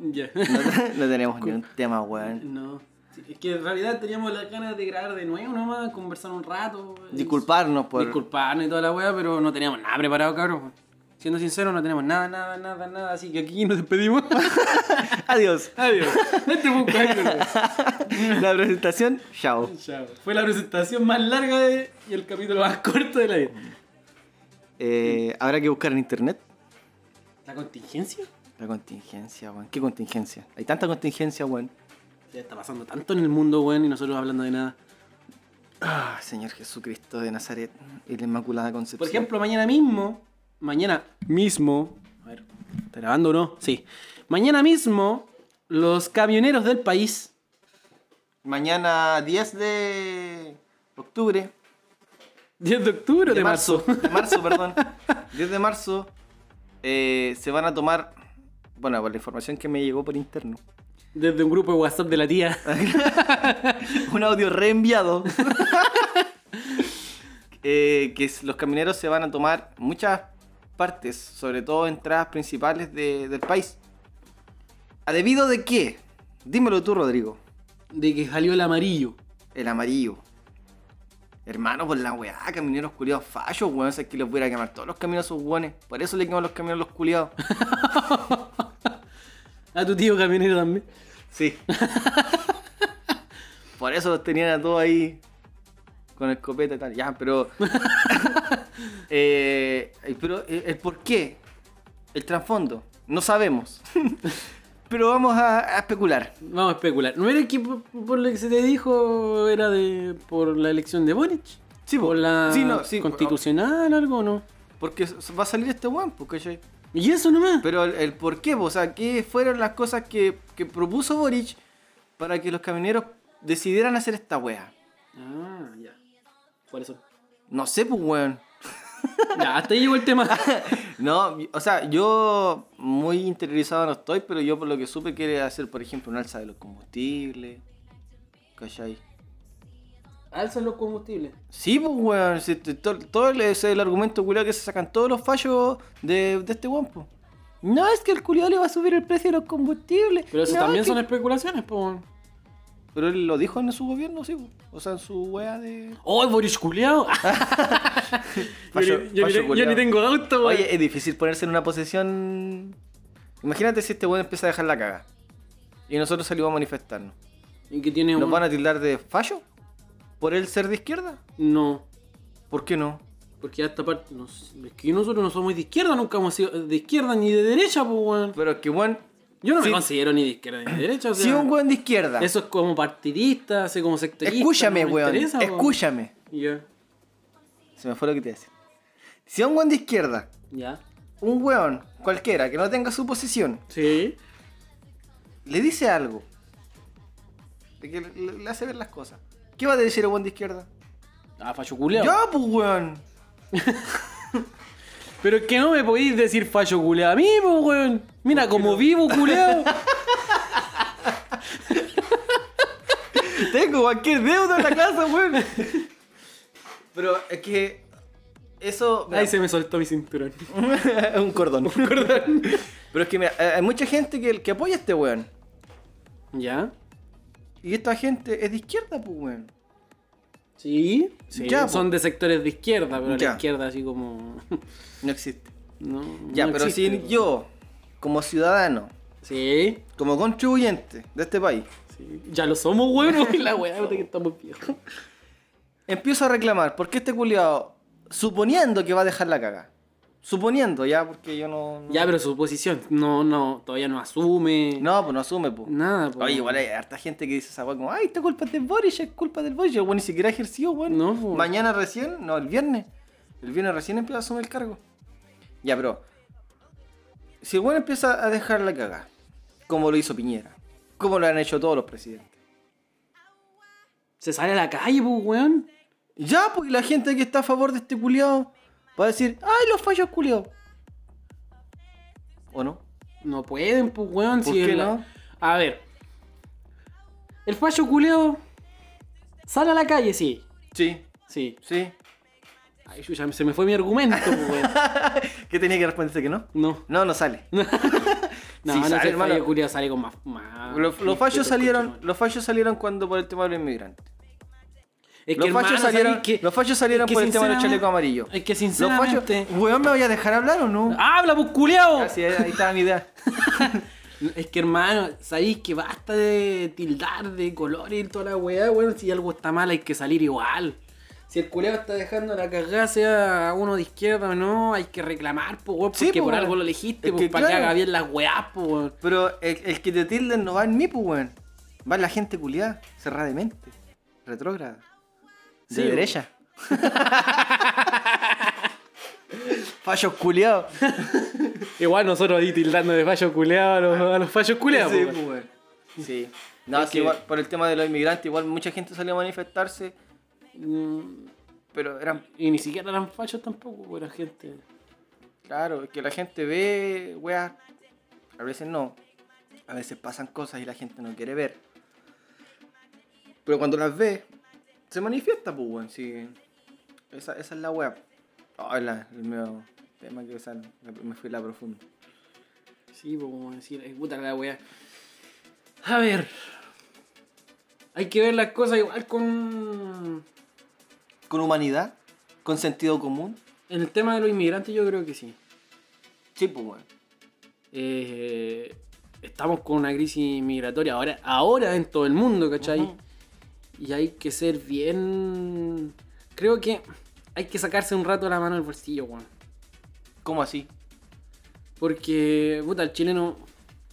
B: Ya.
A: No, no tenemos ni un tema, weón.
B: no. Sí, es que en realidad teníamos las ganas de grabar de nuevo nomás, conversar un rato. eh,
A: Disculparnos por...
B: Disculparnos y toda la wea, pero no teníamos nada preparado, cabrón. Siendo sincero, no tenemos nada, nada, nada, nada. Así que aquí nos despedimos.
A: Adiós.
B: Adiós. Este fue un capítulo.
A: La presentación, chao.
B: Chao. Fue la presentación más larga de- y el capítulo más corto de la vida.
A: Eh, Habrá que buscar en internet.
B: ¿La contingencia?
A: La contingencia, weón. ¿Qué contingencia? Hay tanta contingencia, weón.
B: Ya está pasando tanto en el mundo, weón, y nosotros hablando de nada.
A: Ah, Señor Jesucristo de Nazaret y la Inmaculada Concepción.
B: Por ejemplo, mañana mismo, mañana mismo, a ver, ¿está grabando o no? Sí. Mañana mismo, los camioneros del país,
A: Mañana 10 de octubre.
B: 10 de octubre o de, marzo,
A: De marzo, perdón. 10 de marzo eh, se van a tomar. Bueno, por la información que me llegó por interno.
B: desde un grupo de WhatsApp de la tía,
A: Un audio reenviado. Eh, que es- los camioneros se van a tomar muchas partes, sobre todo entradas principales de- del país. ¿A debido de qué? Dímelo tú, Rodrigo.
B: de que salió el amarillo.
A: El amarillo. Hermano, por la weá, camioneros culiados fallos, weón. Es que los voy a ir a quemar todos los caminos a esos weones. Por eso le queman los caminos a los culiados.
B: A tu tío camionero también.
A: Sí. Por eso los tenían a todos ahí con escopeta y tal. Ya, pero. Eh, eh, pero eh, el por qué, el trasfondo, no sabemos. pero vamos a, a especular.
B: Vamos a especular. ¿No era que por, por lo que se te dijo era de por la elección de Boric?
A: Sí, po.
B: ¿Por la
A: Sí, no, sí,
B: constitucional algo o no?
A: Porque s- va a salir este weón, porque yo.
B: Y eso nomás.
A: Pero el, el por qué, po, o sea, ¿qué fueron las cosas que, que propuso Boric para que los camioneros decidieran hacer esta wea?
B: Ah, ya. ¿Cuáles son?
A: No sé, pues, weón.
B: Ya, hasta ahí llegó el tema.
A: No, o sea, yo muy interiorizado no estoy, pero yo por lo que supe quiere hacer, por ejemplo, un alza de los combustibles. ¿Cachai?
B: Alzan los combustibles.
A: Sí, pues, weón. si te- to- todo el- ese es el argumento culiado que se sacan todos los fallos de, de este weón, po. No, es que el culiado le va a subir el precio de los combustibles.
B: Pero eso
A: No,
B: también
A: es que-
B: son especulaciones, po.
A: Pero él lo dijo en su gobierno, sí, po. O sea, en su wea de.
B: ¡Oh, Boris culiao!
A: Fallo- fallo culiao.
B: tengo auto, weón.
A: Oye, eh, es difícil ponerse en una posición. Imagínate si este weón empieza a dejar la caga. Y nosotros salimos a manifestarnos.
B: ¿Y que tiene
A: ¿Nos
B: un-
A: van a tildar de fallo? ¿Por el ser de izquierda?
B: No.
A: ¿Por qué no?
B: Porque hasta parte. No, sé, es que nosotros no somos de izquierda, nunca hemos sido de izquierda ni de derecha, po, weón.
A: Pero es que, weón,
B: Yo no
A: Sí.
B: me considero ni de izquierda ni de derecha, o sea.
A: si un weón de izquierda.
B: Eso es como partidista, así como sectorista.
A: escúchame,
B: no me
A: weón.
B: interesa, po.
A: escúchame.
B: Ya,
A: Se me fue lo que te iba a decir. Si un weón de izquierda,
B: ya.
A: un weón cualquiera que no tenga su posición,
B: Sí.
A: le dice algo, de que le, le hace ver las cosas, ¿qué va a decir el weón de izquierda?
B: Ah, facho culiao.
A: Ya, pues, weón.
B: Pero es que no me podéis decir fallo culeado a mí, po, weón. Mira como vivo, culeado.
A: Tengo cualquier deuda en la casa, weón. Pero es que. Eso.
B: Ahí se me soltó mi cinturón.
A: un cordón. Un cordón. Pero es que mira, eh, hay mucha gente que, que apoya a este weón.
B: ¿Ya?
A: Y esta gente es de izquierda, pues, weón.
B: Sí. sí
A: Ya, po.
B: son de sectores de izquierda, pero
A: Ya.
B: la izquierda así como...
A: No existe.
B: no,
A: Ya,
B: no
A: pero
B: existe,
A: si
B: po.
A: yo, como ciudadano,
B: Sí.
A: como contribuyente de este país,
B: Sí, Ya lo somos, weón. uy, La weá, puta que estamos viejos.
A: empiezo a reclamar porque este culiado, suponiendo que va a dejar la caga, suponiendo ya, porque yo no. no-
B: Ya, pero su posición no, no, todavía no asume.
A: No, pues no asume, pues.
B: Nada, po.
A: Oye, igual hay harta gente que dice esa weá como, ay, esta culpa es de Boris, es culpa del Boris. Yo, weón, ni siquiera ejerció, weón.
B: No, po.
A: Mañana recién, no, el viernes. El viernes recién empieza a asumir el cargo. Ya, pero. Si el weón empieza a dejar la cagada, como lo hizo Piñera, como lo han hecho todos los presidentes.
B: Se sale a la calle, po, weón.
A: Ya, pues y la gente que está a favor de este culiao va a decir, ay, los fallos culiao. ¿O no?
B: No pueden, pues, weón.
A: ¿Por
B: si
A: qué
B: el-
A: no?
B: A ver. El fallo culeo sale a la calle, sí.
A: Sí,
B: Sí.
A: sí.
B: Ay, chucha, se me fue mi argumento, pues, weón.
A: ¿Qué tenía que responderte que no?
B: No.
A: No, no sale.
B: No,
A: Sí,
B: no,
A: sale,
B: si el
A: hermano.
B: fallo culeo sale con más. más pues,
A: Los, los
B: respeto,
A: fallos salieron,
B: conchetumare.
A: los fallos salieron cuando por el tema de los inmigrantes.
B: Es que,
A: los,
B: hermano,
A: fallos
B: ¿sabes
A: salieron,
B: qué?
A: los fallos salieron
B: Es que
A: por el tema del
B: sinceramente-
A: chaleco amarillo.
B: Es que
A: Los fallos.
B: sinceramente.
A: Weón, ¿me voy a dejar hablar o no?
B: ¡Habla, pues, culeado!
A: Ah, sí, ahí estaba mi idea.
B: Es que hermano, sabéis que basta de tildar de colores y toda la weá, weón. Si algo está mal hay que salir igual. Si el culeo está dejando la cagada, sea uno de izquierda o no, hay que reclamar, po, weón,
A: Sí,
B: porque
A: po,
B: por
A: weón.
B: algo lo elegiste,
A: Es
B: po,
A: que
B: para que
A: claro.
B: haga bien las weá, po, weón.
A: Pero el, el que te tilden no va en mí, pues, weón. Va en la gente culiada, cerrada de mente, retrógrada. De
B: Sí, weón.
A: derecha. Fallos culiados.
B: Igual nosotros ahí tildando de fallo culeado a los, fallos culeados,
A: Sí, pues, weón. Sí. No,
B: Es
A: sí,
B: que-
A: igual, por el tema de los inmigrantes, igual mucha gente salió a manifestarse, pero eran.
B: Y ni siquiera eran fallos tampoco, weón, la gente.
A: Claro, es que la gente ve, weá. A veces no. A veces pasan cosas y la gente no quiere ver. Pero cuando las ve, se manifiesta, pues, weón. Sí. Esa, esa es la weá. Ah, la- el medio tema que sal- me fui la profunda.
B: Sí, pues como decir, "Ay, puta la weá. A ver. Hay que ver las cosas igual con.
A: ¿Con humanidad? ¿Con sentido común?
B: En el tema de los inmigrantes, yo creo que sí.
A: Sí, pues, weón.
B: Eh, estamos con una crisis migratoria ahora, ahora en todo el mundo, ¿cachai?
A: Ujú.
B: Y hay que ser bien. Creo que hay que sacarse un rato la mano del bolsillo, weón.
A: ¿Cómo así?
B: Porque, puta, el chileno,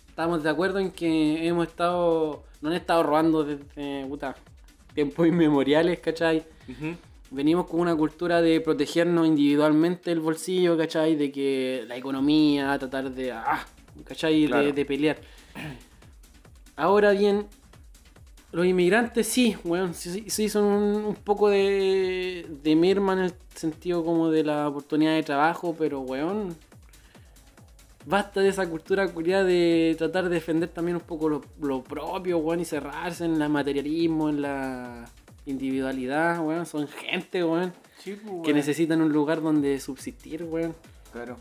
B: estamos de acuerdo en que hemos estado, no han estado robando desde, puta, tiempos inmemoriales, ¿cachai? Venimos con una cultura de protegernos individualmente el bolsillo, ¿cachai? De que la economía, tratar de, ah, ¿cachai? De-
A: Claro.
B: De, pelear. Ahora bien, los inmigrantes sí, weón, sí, sí- sí son un, un poco de, de merma en el sentido como de la oportunidad de trabajo, pero, weón, basta de esa cultura culiada de tratar de defender también un poco lo, lo propio, weón, y cerrarse en el materialismo, en la individualidad, weón. Son gente, weón,
A: Sí, pues,
B: que necesitan un lugar donde subsistir, weón.
A: Claro.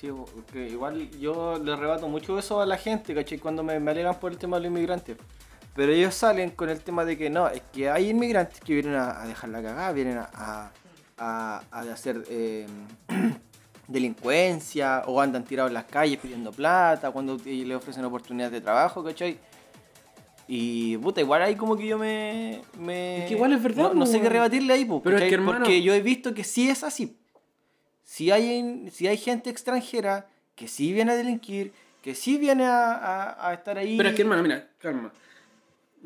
A: Sí, porque igual yo le rebato mucho eso a la gente, ¿cachai? Cuando me, me alegan por el tema de los inmigrantes. Pero ellos salen con el tema de que no, es que hay inmigrantes que vienen a, a dejar la cagada, vienen a, a, a- a hacer eh, delincuencia o andan tirados en las calles pidiendo plata cuando te- le ofrecen oportunidades de trabajo, ¿cachai? Y puta, igual ahí como que yo me. me-
B: Es que igual es verdad,
A: No, no sé
B: pues,
A: qué rebatirle ahí, pues,
B: Pero es
A: ¿cachai?
B: que, hermano-
A: Porque yo he visto que sí es así. Si hay, si hay gente extranjera que sí viene a delinquir, que sí viene a, a- a estar ahí.
B: Pero es que, hermano, mira, calma.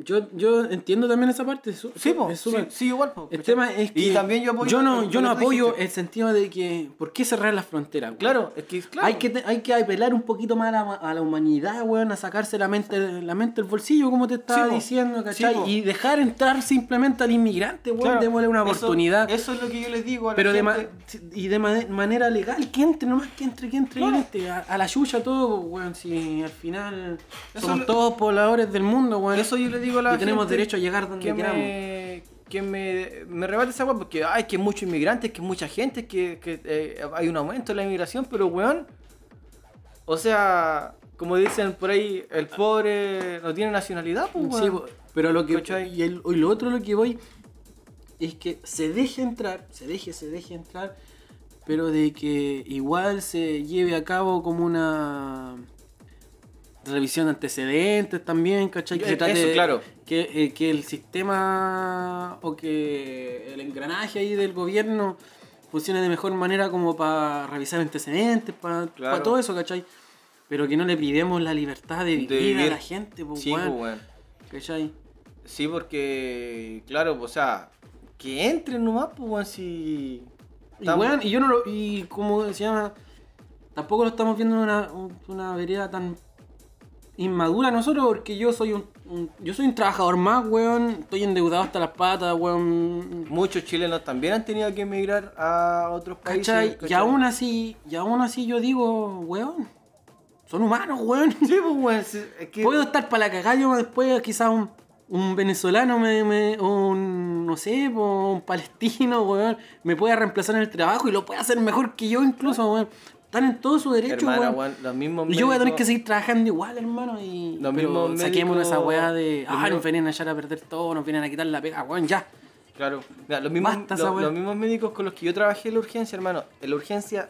B: Yo, yo entiendo también esa parte. es su-
A: Sí, po,
B: es
A: sí,
B: súper-
A: sí, igual. po,
B: El
A: ¿cachai?
B: tema es que
A: Y también yo apoyo.
B: no,
A: lo
B: yo
A: que
B: no
A: tú
B: apoyo
A: dijiste.
B: el sentido de que ¿por qué cerrar las fronteras? weón?
A: Claro, es que claro.
B: Hay que, te- hay que apelar un poquito más a la, a la humanidad, weón, a sacarse la mente, la mente del bolsillo, como te estaba
A: po.
B: diciendo, ¿cachai?
A: Sí, po.
B: y dejar entrar simplemente al inmigrante, weón,
A: Claro,
B: démosle una
A: eso-
B: oportunidad.
A: Eso, es lo que yo les digo a la
B: pero de ma-
A: gente.
B: y de ma- manera legal, que entre nomás, que entre, que entre,
A: Claro.
B: que entre, a, a la yuya todo, pues, weón, si al final
A: Eso
B: somos
A: lo-
B: todos pobladores del mundo, weón.
A: Eso yo les digo a la
B: y tenemos
A: gente
B: derecho a llegar donde
A: que
B: queramos.
A: me, que me, me rebate esa weá porque ay, que hay muchos inmigrantes, que mucha gente, que, que, eh, hay un aumento en la inmigración, pero weón. O sea, como dicen por ahí, el pobre no tiene nacionalidad, pues weón.
B: Sí, po, pero lo que
A: ¿Cachai?
B: y, el- y lo otro lo que voy es que se deje entrar, se deje, se deje entrar, pero de que igual se lleve a cabo como una revisión de antecedentes también, ¿cachai? Que se
A: Eso,
B: trate de-
A: claro.
B: que, eh, que el sistema o que el engranaje ahí del gobierno funcione de mejor manera como para revisar antecedentes, para
A: Claro.
B: todo eso, ¿cachai? Pero que no le pidemos la libertad de vivir, a
A: vivir.
B: la gente, pues,
A: Sí,
B: weón.
A: pues, weón.
B: ¿Cachai?
A: Sí, porque, claro, pues, o sea, que entren nomás, pues weón, si.
B: Y,
A: Tam-
B: weón, y yo no lo. Y como se llama. Tampoco lo estamos viendo en una, un- una vereda tan inmadura nosotros, porque yo soy un, un- Yo soy un trabajador más, weón. Estoy endeudado hasta las patas, weón.
A: Muchos chilenos también han tenido que emigrar a otros países.
B: ¿Cachai? Y
A: ¿cachai?
B: aún así. Y aún así yo digo, weón. Son humanos, weón.
A: Sí, pues, weón. sí, es que-
B: Puedo estar para la cagada yo después, quizás un, un venezolano, me, me- o un, no sé, po, un palestino, weón, me pueda reemplazar en el trabajo y lo pueda hacer mejor que yo incluso, weón. Están en todo su derecho,
A: Hermana,
B: weón.
A: weón, los mismos
B: Y yo voy a tener
A: médicos-
B: que seguir trabajando igual, hermano, y
A: Los
B: pero
A: mismos
B: saquémonos
A: médicos-
B: esa weá de,
A: los
B: ah, nos
A: mismos-
B: vienen a echar a perder todo, nos vienen a quitar la pega, weón, ya.
A: Claro. Mira, los mismos,
B: Basta esa
A: los,
B: weá.
A: los mismos médicos con los que yo trabajé en la urgencia, hermano. En la urgencia,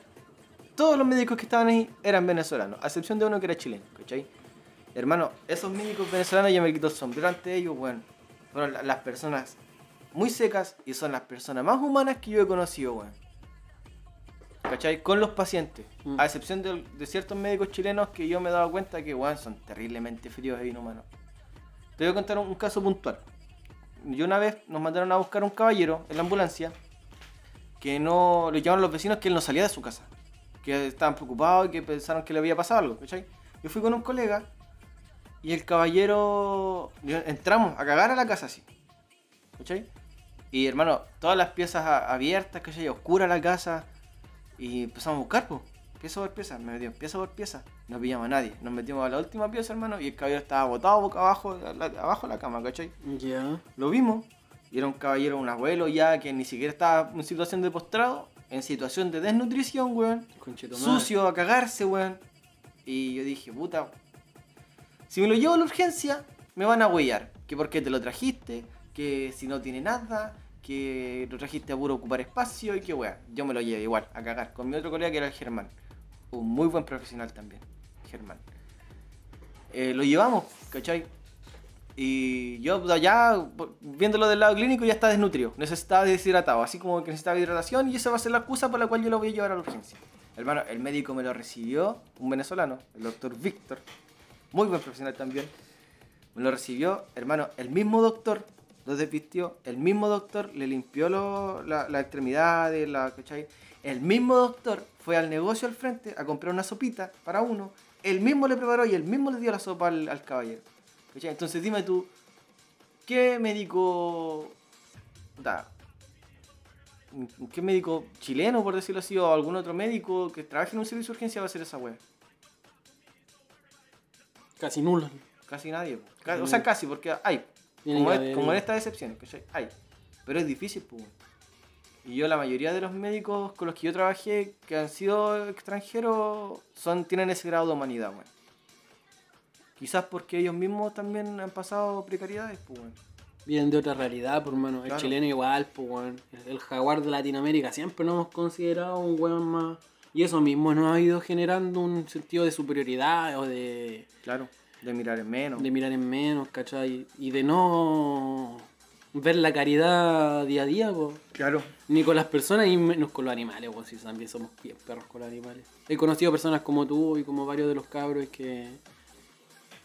A: todos los médicos que estaban ahí eran venezolanos, a excepción de uno que era chileno, ¿cachai? Hermano, esos médicos venezolanos ya me quitó el sombrero ante ellos, weón. Fueron la- las personas muy secas y son las personas más humanas que yo he conocido, weón. ¿Cachai? Con los pacientes.
B: Mm.
A: A excepción de, de ciertos médicos chilenos que yo me he dado cuenta que, weón, son terriblemente fríos e inhumanos. Te voy a contar un, un caso puntual. Yo una vez nos mandaron a buscar a un caballero en la ambulancia que no. Le llamaron los vecinos que él no salía de su casa. Que estaban preocupados y que pensaron que le había pasado algo, ¿cachai? Yo fui con un colega y el caballero. yo- entramos a cagar a la casa así. ¿Cachai? Y hermano, todas las piezas a- abiertas, ¿cachai? Oscura la casa. Y empezamos a buscar, po. Pieza por pieza, me metimos pieza por pieza. No pillamos a nadie. Nos metimos a la última pieza, hermano, y el caballero estaba botado boca abajo, la- la- abajo de la cama, ¿cachai?
B: Ya.
A: Lo vimos. Y era un caballero, un abuelo ya que ni siquiera estaba en situación de postrado, en situación de desnutrición, weón. Sucio a cagarse, weón. Y yo dije, puta, si me lo llevo a la urgencia, me van a huellar. Que porque te lo trajiste, que si no tiene nada, que lo trajiste a puro ocupar espacio y que weón. Yo me lo llevé igual, a cagar, con mi otro colega que era el Germán. Un muy buen profesional también, Germán. Eh, lo llevamos, ¿cachai? Y yo puta, ya, por- viéndolo del lado clínico, ya está desnutrido. Necesitaba deshidratado. Así como que necesitaba hidratación y esa va a ser la excusa por la cual yo lo voy a llevar a la urgencia. Hermano, el médico me lo recibió, un venezolano, el doctor Víctor. Muy buen profesional también. Me lo recibió, hermano, el mismo doctor lo despistió. El mismo doctor le limpió lo- la, la extremidad de la, ¿cachai? El mismo doctor fue al negocio al frente a comprar una sopita para uno. El mismo le preparó y el mismo le dio la sopa al, al caballero. ¿Cachai? Entonces dime tú, ¿qué médico... Da, ¿Qué médico chileno, por decirlo así, o algún otro médico que trabaje en un servicio de urgencia va a hacer esa wea?
B: Casi nulo.
A: Casi nadie. po. Ca- O sea, casi, porque hay.
B: Tiene
A: Como,
B: que
A: es-
B: haber-
A: como en estas excepciones, ¿cachai? Hay. Pero es difícil, pues. weón. Y yo, la mayoría de los médicos con los que yo trabajé, que han sido extranjeros, son, tienen ese grado de humanidad, weón. Quizás porque ellos mismos también han pasado precariedades, pues, weón.
B: Vienen de otra realidad, por hermano. El
A: Claro.
B: chileno igual, pues, weón. El, el jaguar de Latinoamérica siempre nos hemos considerado un weón más. Y eso mismo nos ha ido generando un sentido de superioridad o de,
A: Claro. De mirar en menos.
B: de mirar en menos, ¿cachai? Y de no ver la caridad día a día, po.
A: Claro.
B: Ni con las personas y menos con los animales, po. Si también somos pie- perros con los animales. He conocido personas como tú y como varios de los cabros que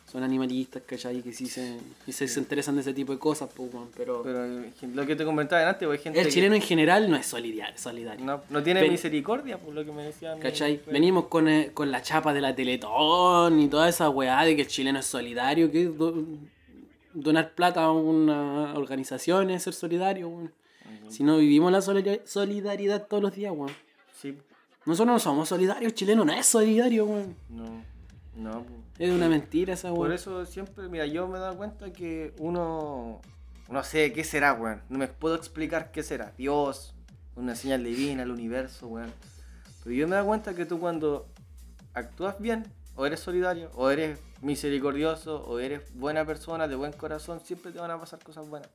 B: son animalistas, ¿cachai? Que sí se, y se, se interesan de ese tipo de cosas, pues, weón, pero,
A: Pero eh, lo que te comentaba antes, pues, hay gente
B: el
A: que
B: chileno en general no es solidario. solidario
A: no, no tiene
B: Ven-
A: misericordia, por lo que me decían.
B: ¿Cachai? Venimos con, eh, con la chapa de la Teletón y toda esa weá de que el chileno es solidario, que do- donar plata a una organización es ser solidario, weón.
A: Mm.
B: Si no vivimos la solidar- solidaridad todos los días, weón.
A: Sí,
B: Nosotros no somos solidarios, el chileno no es solidario, weón.
A: no, no. pues.
B: Es una mentira esa
A: Por
B: weón.
A: eso siempre, mira, yo me he dado cuenta que uno, no sé qué será, weón. No me puedo explicar qué será. Dios, una señal divina, el universo, weón. Pero yo me he dado cuenta que tú cuando actúas bien, o eres solidario, o eres misericordioso, o eres buena persona, de buen corazón, siempre te van a pasar cosas buenas.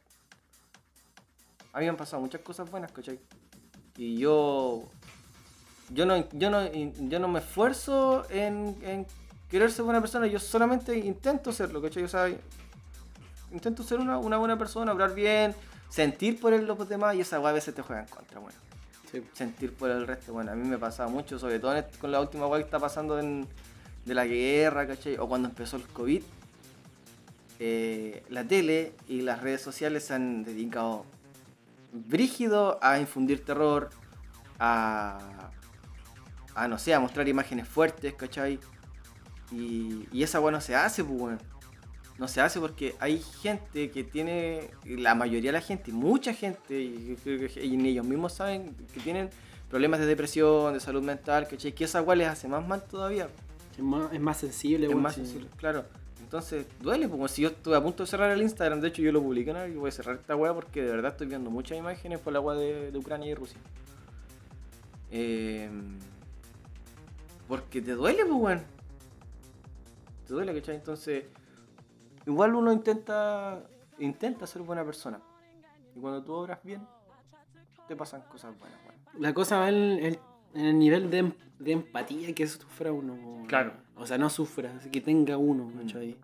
A: A mí me han pasado muchas cosas buenas, ¿cachai? Y yo yo no, yo no, yo no me esfuerzo en, en querer ser buena persona, yo solamente intento serlo, ¿cachai? O sea, intento ser una, una buena persona, hablar bien, sentir por el- los demás y esa weá a veces te juega en contra, bueno.
B: Sí.
A: Sentir por el resto, bueno, a mí me pasaba mucho, sobre todo en est- con la última weá que está pasando en, de la guerra, ¿cachai? O cuando empezó el COVID. eh, la tele y las redes sociales se han dedicado brígido a infundir terror, a, a no sé, a mostrar imágenes fuertes, ¿cachai? Y, y esa weá no se hace, pues weón. No se hace porque hay gente que tiene, la mayoría de la gente, mucha gente, y yo creo que y ni ellos mismos saben que tienen problemas de depresión, de salud mental, ¿cachai? Que esa weá les hace más mal todavía.
B: Es más, es más sensible,
A: Es
B: weón.
A: más
B: sí.
A: sensible, claro. Entonces, duele, como si yo estuve a punto de cerrar el Instagram, de hecho yo lo publiqué, ¿no? y voy a cerrar esta weá porque de verdad estoy viendo muchas imágenes por la weá de, de Ucrania y Rusia. Eh, porque te duele, pues weón. Te duele, ¿cachai? Entonces, igual uno intenta intenta ser buena persona. Y cuando tú obras bien, te pasan cosas buenas, weón.
B: La cosa va en el, en el nivel de, em- de empatía que sufra uno. weón.
A: Claro. Mm.
B: O sea, no sufra, así que tenga uno, ¿cachai?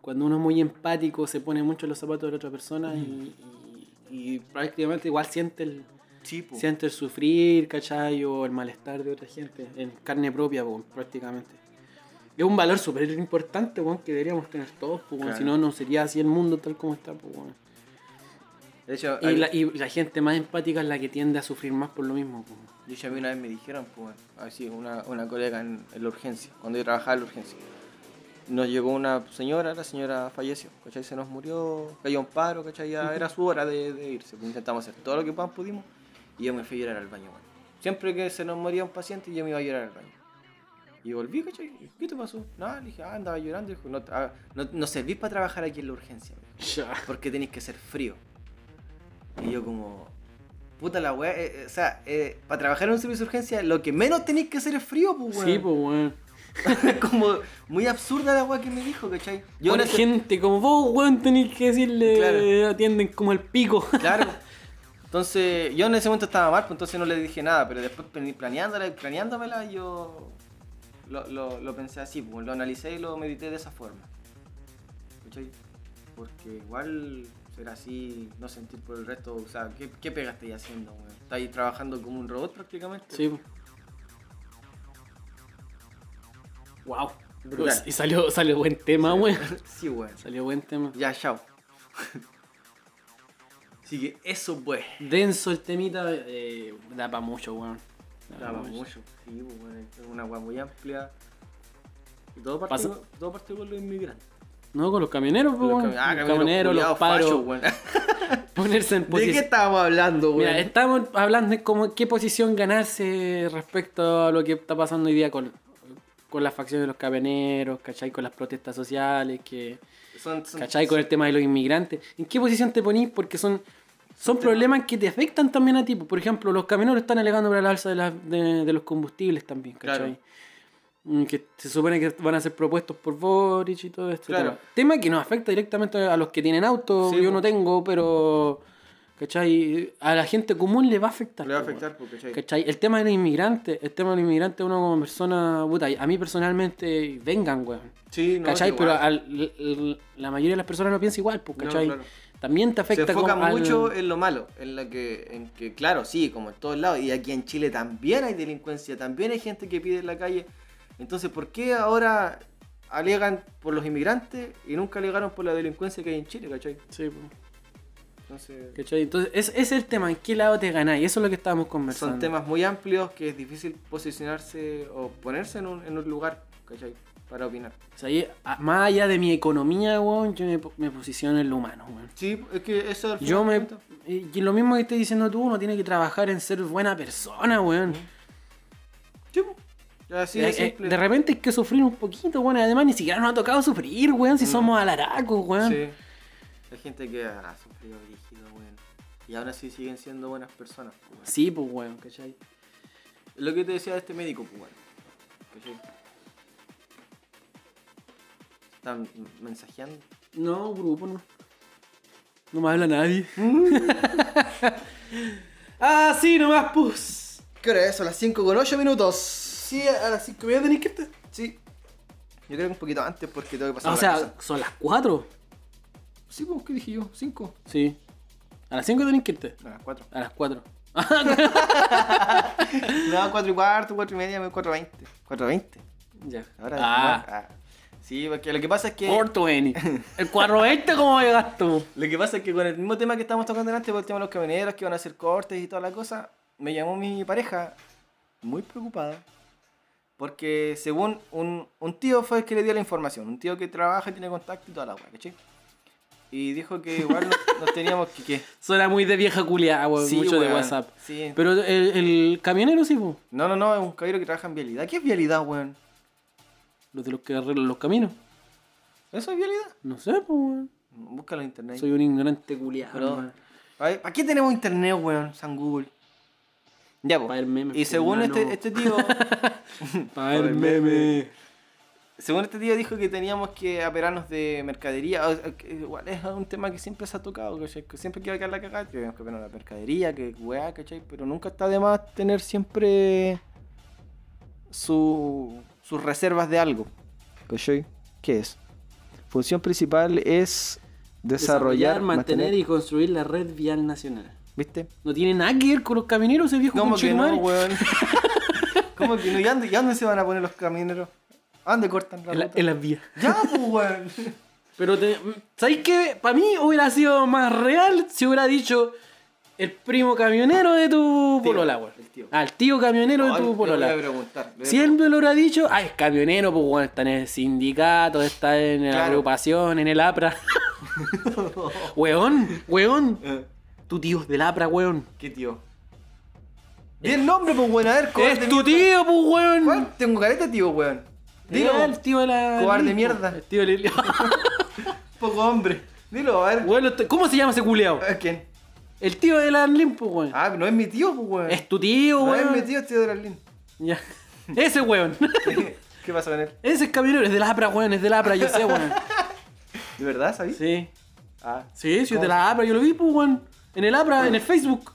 B: Cuando uno es muy empático, se pone mucho en los zapatos de la otra persona y, y- y prácticamente igual siente el,
A: Sí,
B: siente el sufrir, ¿cachai? O el malestar de otra gente, en carne propia, weón, prácticamente. Es un valor súper importante, weón, que deberíamos tener todos, pues, weón,
A: Claro.
B: si no, no sería así el mundo tal como está, pues, weón.
A: De hecho,
B: Y
A: hay-
B: la, y la gente más empática es la que tiende a sufrir más por lo mismo, pues.
A: Yo ya vi una vez me dijeron, pues, así, una, una colega en, en la urgencia, cuando yo trabajaba en la urgencia. Nos llegó una señora, la señora falleció, ¿cachai? Se nos murió, cayó en paro, ¿cachai? Ya era su hora de, de irse, pues intentamos hacer todo lo que más pudimos y yo me fui a llorar al baño, bueno. Siempre que se nos moría un paciente, yo me iba a llorar al baño. Y volví, ¿cachai? ¿Qué te pasó? Nada, le dije, ah, andaba llorando, dijo, no, ah, no, no servís para trabajar aquí en la urgencia, me dijo, porque tenéis que ser frío. Y yo como, puta la weá, eh, eh, o sea, para trabajar en un servicio de urgencia, lo que menos tenéis que hacer es frío, pues weón.
B: Sí, pues, weón.
A: como muy absurda la weá que me dijo, ¿cachai? Yo
B: Por
A: en ese-
B: gente como vos, weón, tenés que decirle,
A: Claro.
B: atienden como el pico.
A: Claro. Entonces, yo en ese momento estaba mal, pues entonces no le dije nada, pero después pl- planeándola, y planeándomela, yo lo, lo- lo pensé así, pues, lo analicé y lo medité de esa forma. ¿Cachai? Porque igual será así, no sentir por el resto, o sea, ¿qué, qué pega estáis haciendo, weón? ¿Estáis trabajando como un robot prácticamente?
B: Sí. Wow.
A: Brutal.
B: Y salió, salió buen tema, weón.
A: Sí, weón.
B: Salió buen tema.
A: Ya, chao. Así que eso, pues.
B: Denso el temita, eh, da pa' mucho, weón. Da pa'
A: Daba mucho. Ah, Sí, pues, bueno, es una weá muy amplia. Y todo parte,
B: Pasa-
A: con, todo parte con los inmigrantes.
B: No, con los camioneros, pues,
A: Los
B: weón.
A: cami- ah,
B: los
A: camioneros
B: camioneros, los
A: culiados,
B: paros.
A: fachos, weón.
B: Ponerse en
A: ¿De qué
B: posición.
A: estábamos hablando,
B: Mira,
A: weón?
B: estamos hablando de cómo, qué posición ganarse respecto a lo que está pasando hoy día con, con las facciones de los camioneros, ¿cachai? Con las protestas sociales, que,
A: Son, son-
B: ¿cachai? Con el tema de los inmigrantes. ¿En qué posición te ponís? Porque son, son problemas que te afectan también a ti. Por ejemplo, los camioneros están alegando para la alza de, las- de- de los combustibles también, ¿cachai? Mm, Que se supone que van a ser propuestos por Boric y todo este
A: Claro.
B: tema. Tema que nos afecta directamente a los que tienen auto,
A: Sí,
B: yo
A: po.
B: no tengo, pero. ¿Cachai? A la gente común le va a afectar.
A: Le va a
B: po, weón.
A: afectar, pues, ¿cachai?
B: ¿Cachai? El tema de los inmigrantes, el tema de los inmigrantes, uno como persona, puta, a mí personalmente, vengan, weón.
A: Sí, no,
B: ¿Cachai?
A: sí,
B: Pero
A: igual.
B: al- l- la mayoría de las personas no piensa igual, pues,
A: No,
B: ¿cachai?
A: claro.
B: También te
A: se
B: afecta
A: enfoca
B: como al-
A: mucho en lo malo, en lo que, en que, claro, sí, como en todos lados, y aquí en Chile también hay delincuencia, también hay gente que pide en la calle. Entonces, ¿por qué ahora alegan por los inmigrantes y nunca alegaron por la delincuencia que hay en Chile, ¿cachai?
B: Sí, po.
A: Entonces,
B: ¿Cachai? Entonces, es, es el tema, ¿en qué lado te ganáis? Eso es lo que estábamos conversando.
A: son temas muy amplios que es difícil posicionarse o ponerse en un, en un lugar, ¿cachai? Para opinar.
B: O sea, ahí, a- más allá de mi economía, weón, yo me, po- me posiciono en lo humano, weón.
A: Sí, es que eso al
B: Yo me.
A: final-
B: Y y lo mismo que estás diciendo tú, uno tiene que trabajar en ser buena persona, weón.
A: Sí, po. Así
B: Eh,
A: de
B: eh,
A: simple.
B: de repente hay que sufrir un poquito, weón. Además, ni siquiera nos ha tocado sufrir, weón, si somos alaracos, weón.
A: Mm. Sí. Hay gente que ha sufrido rígido, weón. Y aún así siguen siendo buenas personas, po, weón.
B: Sí, pues, weón, ¿cachai?
A: Es Lo que te decía de este médico, pues, weón. ¿Cachai? Están mensajeando.
B: No, grupo, no. No me habla nadie. ah, sí, nomás, pus.
A: ¿Qué hora es? Son las 5 con 8 minutos. Sí, a las 5 minutos tenés que estar. Sí. Yo creo que un poquito antes porque tengo que pasar.
B: Ah, o
A: otra
B: sea,
A: cosa.
B: son las 4.
A: Sí, pues, ¿qué dije yo? 5.
B: Sí. A las 5 tenés que irte.
A: No, a las 4.
B: A las 4.
A: No, 4 y cuarto, 4 y media, 4.20. 4.20.
B: Ya.
A: Ahora.
B: ah,
A: ah. Sí, porque lo que pasa es que.
B: 420. El 420, ¿cómo va a llegar tú?
A: Lo que pasa es que con el mismo tema que estábamos tocando antes, por el tema de los camioneros que van a hacer cortes y toda la cosa, me llamó mi pareja muy preocupada. Porque según un, un tío fue el que le dio la información, un tío que trabaja y tiene contacto y toda la weá, ¿cachai? Y dijo que igual nos, nos teníamos que... que
B: Suena muy de vieja culiada, weón.
A: Sí,
B: mucho de
A: weón.
B: WhatsApp.
A: Sí.
B: Pero el, el camionero sí, po.
A: No, no, no, es un caballero que trabaja en vialidad. ¿Qué es vialidad, weón?
B: Los de los que arreglan los caminos.
A: ¿Eso es vialidad?
B: No sé, po, weón.
A: Búscalo en internet.
B: Soy un ignorante culiado.
A: Pero-
B: weón.
A: Ay, ¿Para qué tenemos internet, weón? San Google. Ya, po.
B: Pa' ver memes,
A: Y
B: pues,
A: según
B: hermano.
A: este, este tío...
B: Pa' ver
A: Por el
B: meme.
A: Según este tío dijo que teníamos que aperarnos de mercadería. o- o- que Igual es un tema que siempre se ha tocado, ¿cachai? Que siempre que va a quedar la cagada, tenemos que aperarnos de la mercadería, que weá, ¿cachai? Pero nunca está de más tener siempre su- sus reservas de algo. ¿Cachai? ¿Qué es? Función principal es desarrollar,
B: Desarrollar, mantener, y construir la red vial nacional.
A: ¿Viste?
B: No tiene nada que ver con los camioneros, ese viejo
A: ¿Cómo que no,
B: conchetumare.
A: weón? ¿Cómo que no? ¿Y a dónde, y a dónde se van a poner los camineros? ¿A dónde cortan la
B: En, la-
A: ruta?
B: en las vías.
A: Ya, pues, weón.
B: Pero, te, ¿sabéis qué? Para mí hubiera sido más real si hubiera dicho el primo camionero de tu
A: Tío,
B: polola, weón.
A: el tío.
B: Ah, el tío camionero
A: No,
B: de
A: le-
B: tu
A: le voy a
B: polola.
A: preguntar, le voy a
B: Si él me lo hubiera dicho, ah, es camionero, pues bueno, está en el sindicato, está en la
A: Claro.
B: agrupación, en el APRA. weón, weón.
A: preguntar. Eh.
B: Tu tío es del APRA, weón.
A: ¿Qué tío? Di el nombre, pues, weón. A ver, cobarde.
B: Es tu
A: mierda.
B: tío, pues weón.
A: ¿Cuál? Tengo careta, tío, weón. Dilo,
B: Ah, el tío de la.
A: Cobarde
B: Lili,
A: mierda.
B: El tío de la Lili.
A: poco hombre. Dilo, a ver.
B: Weón, lo estoy- ¿Cómo se llama ese culeado?
A: ¿A ¿Quién?
B: El tío de la Limpo, weón.
A: Ah, no es mi tío, pues, weón.
B: Es tu tío,
A: No
B: weón.
A: es mi tío, es tío de las Lin.
B: Ya. Ese weón.
A: ¿Qué pasa con él?
B: Ese es camionero, es de la APRA, weón, es de la APRA, yo sé, weón.
A: ¿De verdad, sabís?
B: Sí.
A: Ah.
B: Sí, sí, es de la APRA, yo lo vi, pues, weón. En el APRA, en el Facebook.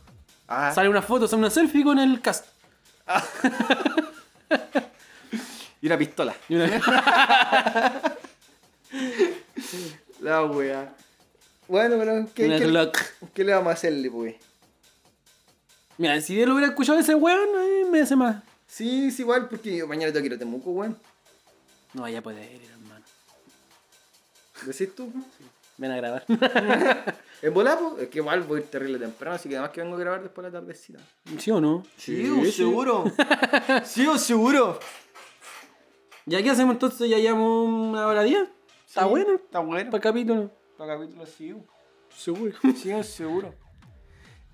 A: Ah.
B: Sale una foto, sale una selfie con el cast.
A: Y una pistola.
B: Y una-
A: La weá. Bueno, pero ¿qué,
B: una
A: qué,
B: Glock.
A: qué le vamos a hacerle, pues?
B: Mira, si él hubiera escuchado a ese weón, eh, me hace más.
A: Sí, es igual, porque yo mañana tengo que ir a Temuco, weón.
B: No vaya a poder ir, hermano.
A: ¿Decís tú? pues?
B: Ven a grabar.
A: ¿En volá, pues? Es que igual voy a ir terrible temprano, así que además que vengo a grabar después de la tardecita.
B: ¿Sí o no?
A: sí, o seguro.
B: ¿Y aquí hacemos entonces? ¿Ya llevamos una hora diez? Está
A: Sí,
B: bueno.
A: Está bueno.
B: Para el capítulo.
A: Para capítulo sí.
B: Seguro.
A: Sí, es seguro.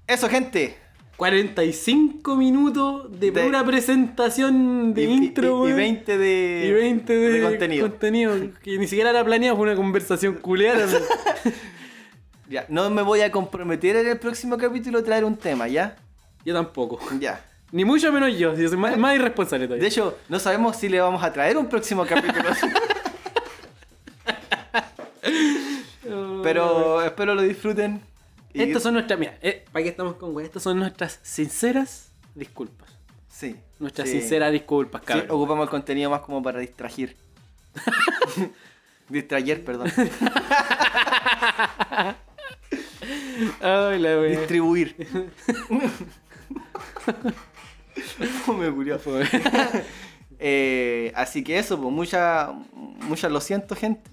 A: Eso, gente.
B: 45 minutos de,
A: De-
B: pura presentación de
A: Y- y- y,
B: intro,
A: y
B: weón.
A: 20 de,
B: Y 20 de,
A: contenido.
B: Que ni siquiera era planeado, fue una conversación culeada. weón.
A: Ya, no me voy a comprometer en el próximo capítulo a traer un tema, ¿ya?
B: yo tampoco.
A: Ya.
B: Ni mucho menos yo, yo soy más, más irresponsable
A: De
B: todavía.
A: hecho, no sabemos si le vamos a traer un próximo capítulo. Pero espero lo disfruten. Y-
B: Oh, Estas son nuestras. Mira, eh, ¿para qué estamos con weón? Estas son nuestras sinceras disculpas.
A: Sí.
B: Nuestras
A: sí.
B: sinceras disculpas,
A: Sí,
B: cabrón.
A: ocupamos el contenido más como para distrajir. Distrayer, perdón.
B: Ay, la weón.
A: Distribuir.
B: Oh,
A: Fome, culiao. Eh, así que eso, pues mucha, Muchas lo siento, gente.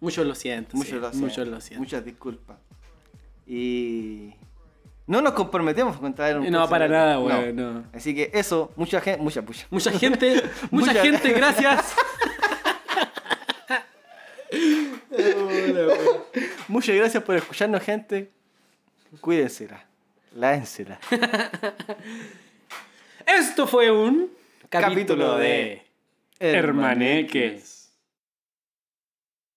B: Muchos lo siento.
A: Muchas
B: sí,
A: gracias.
B: Muchos lo sienten.
A: Muchas disculpas. Y. No nos comprometemos con traer un.
B: No,
A: próximo
B: para nada,
A: capítulo.
B: weón, no.
A: Así que eso, mucha gente. Mucha, mucha.
B: Mucha gente, mucha,
A: Mucha-
B: gente, gracias.
A: Muchas gracias por escucharnos, gente. Cuídensela. Láensela.
B: Esto fue un
A: Capítulo de
B: Hermaneques.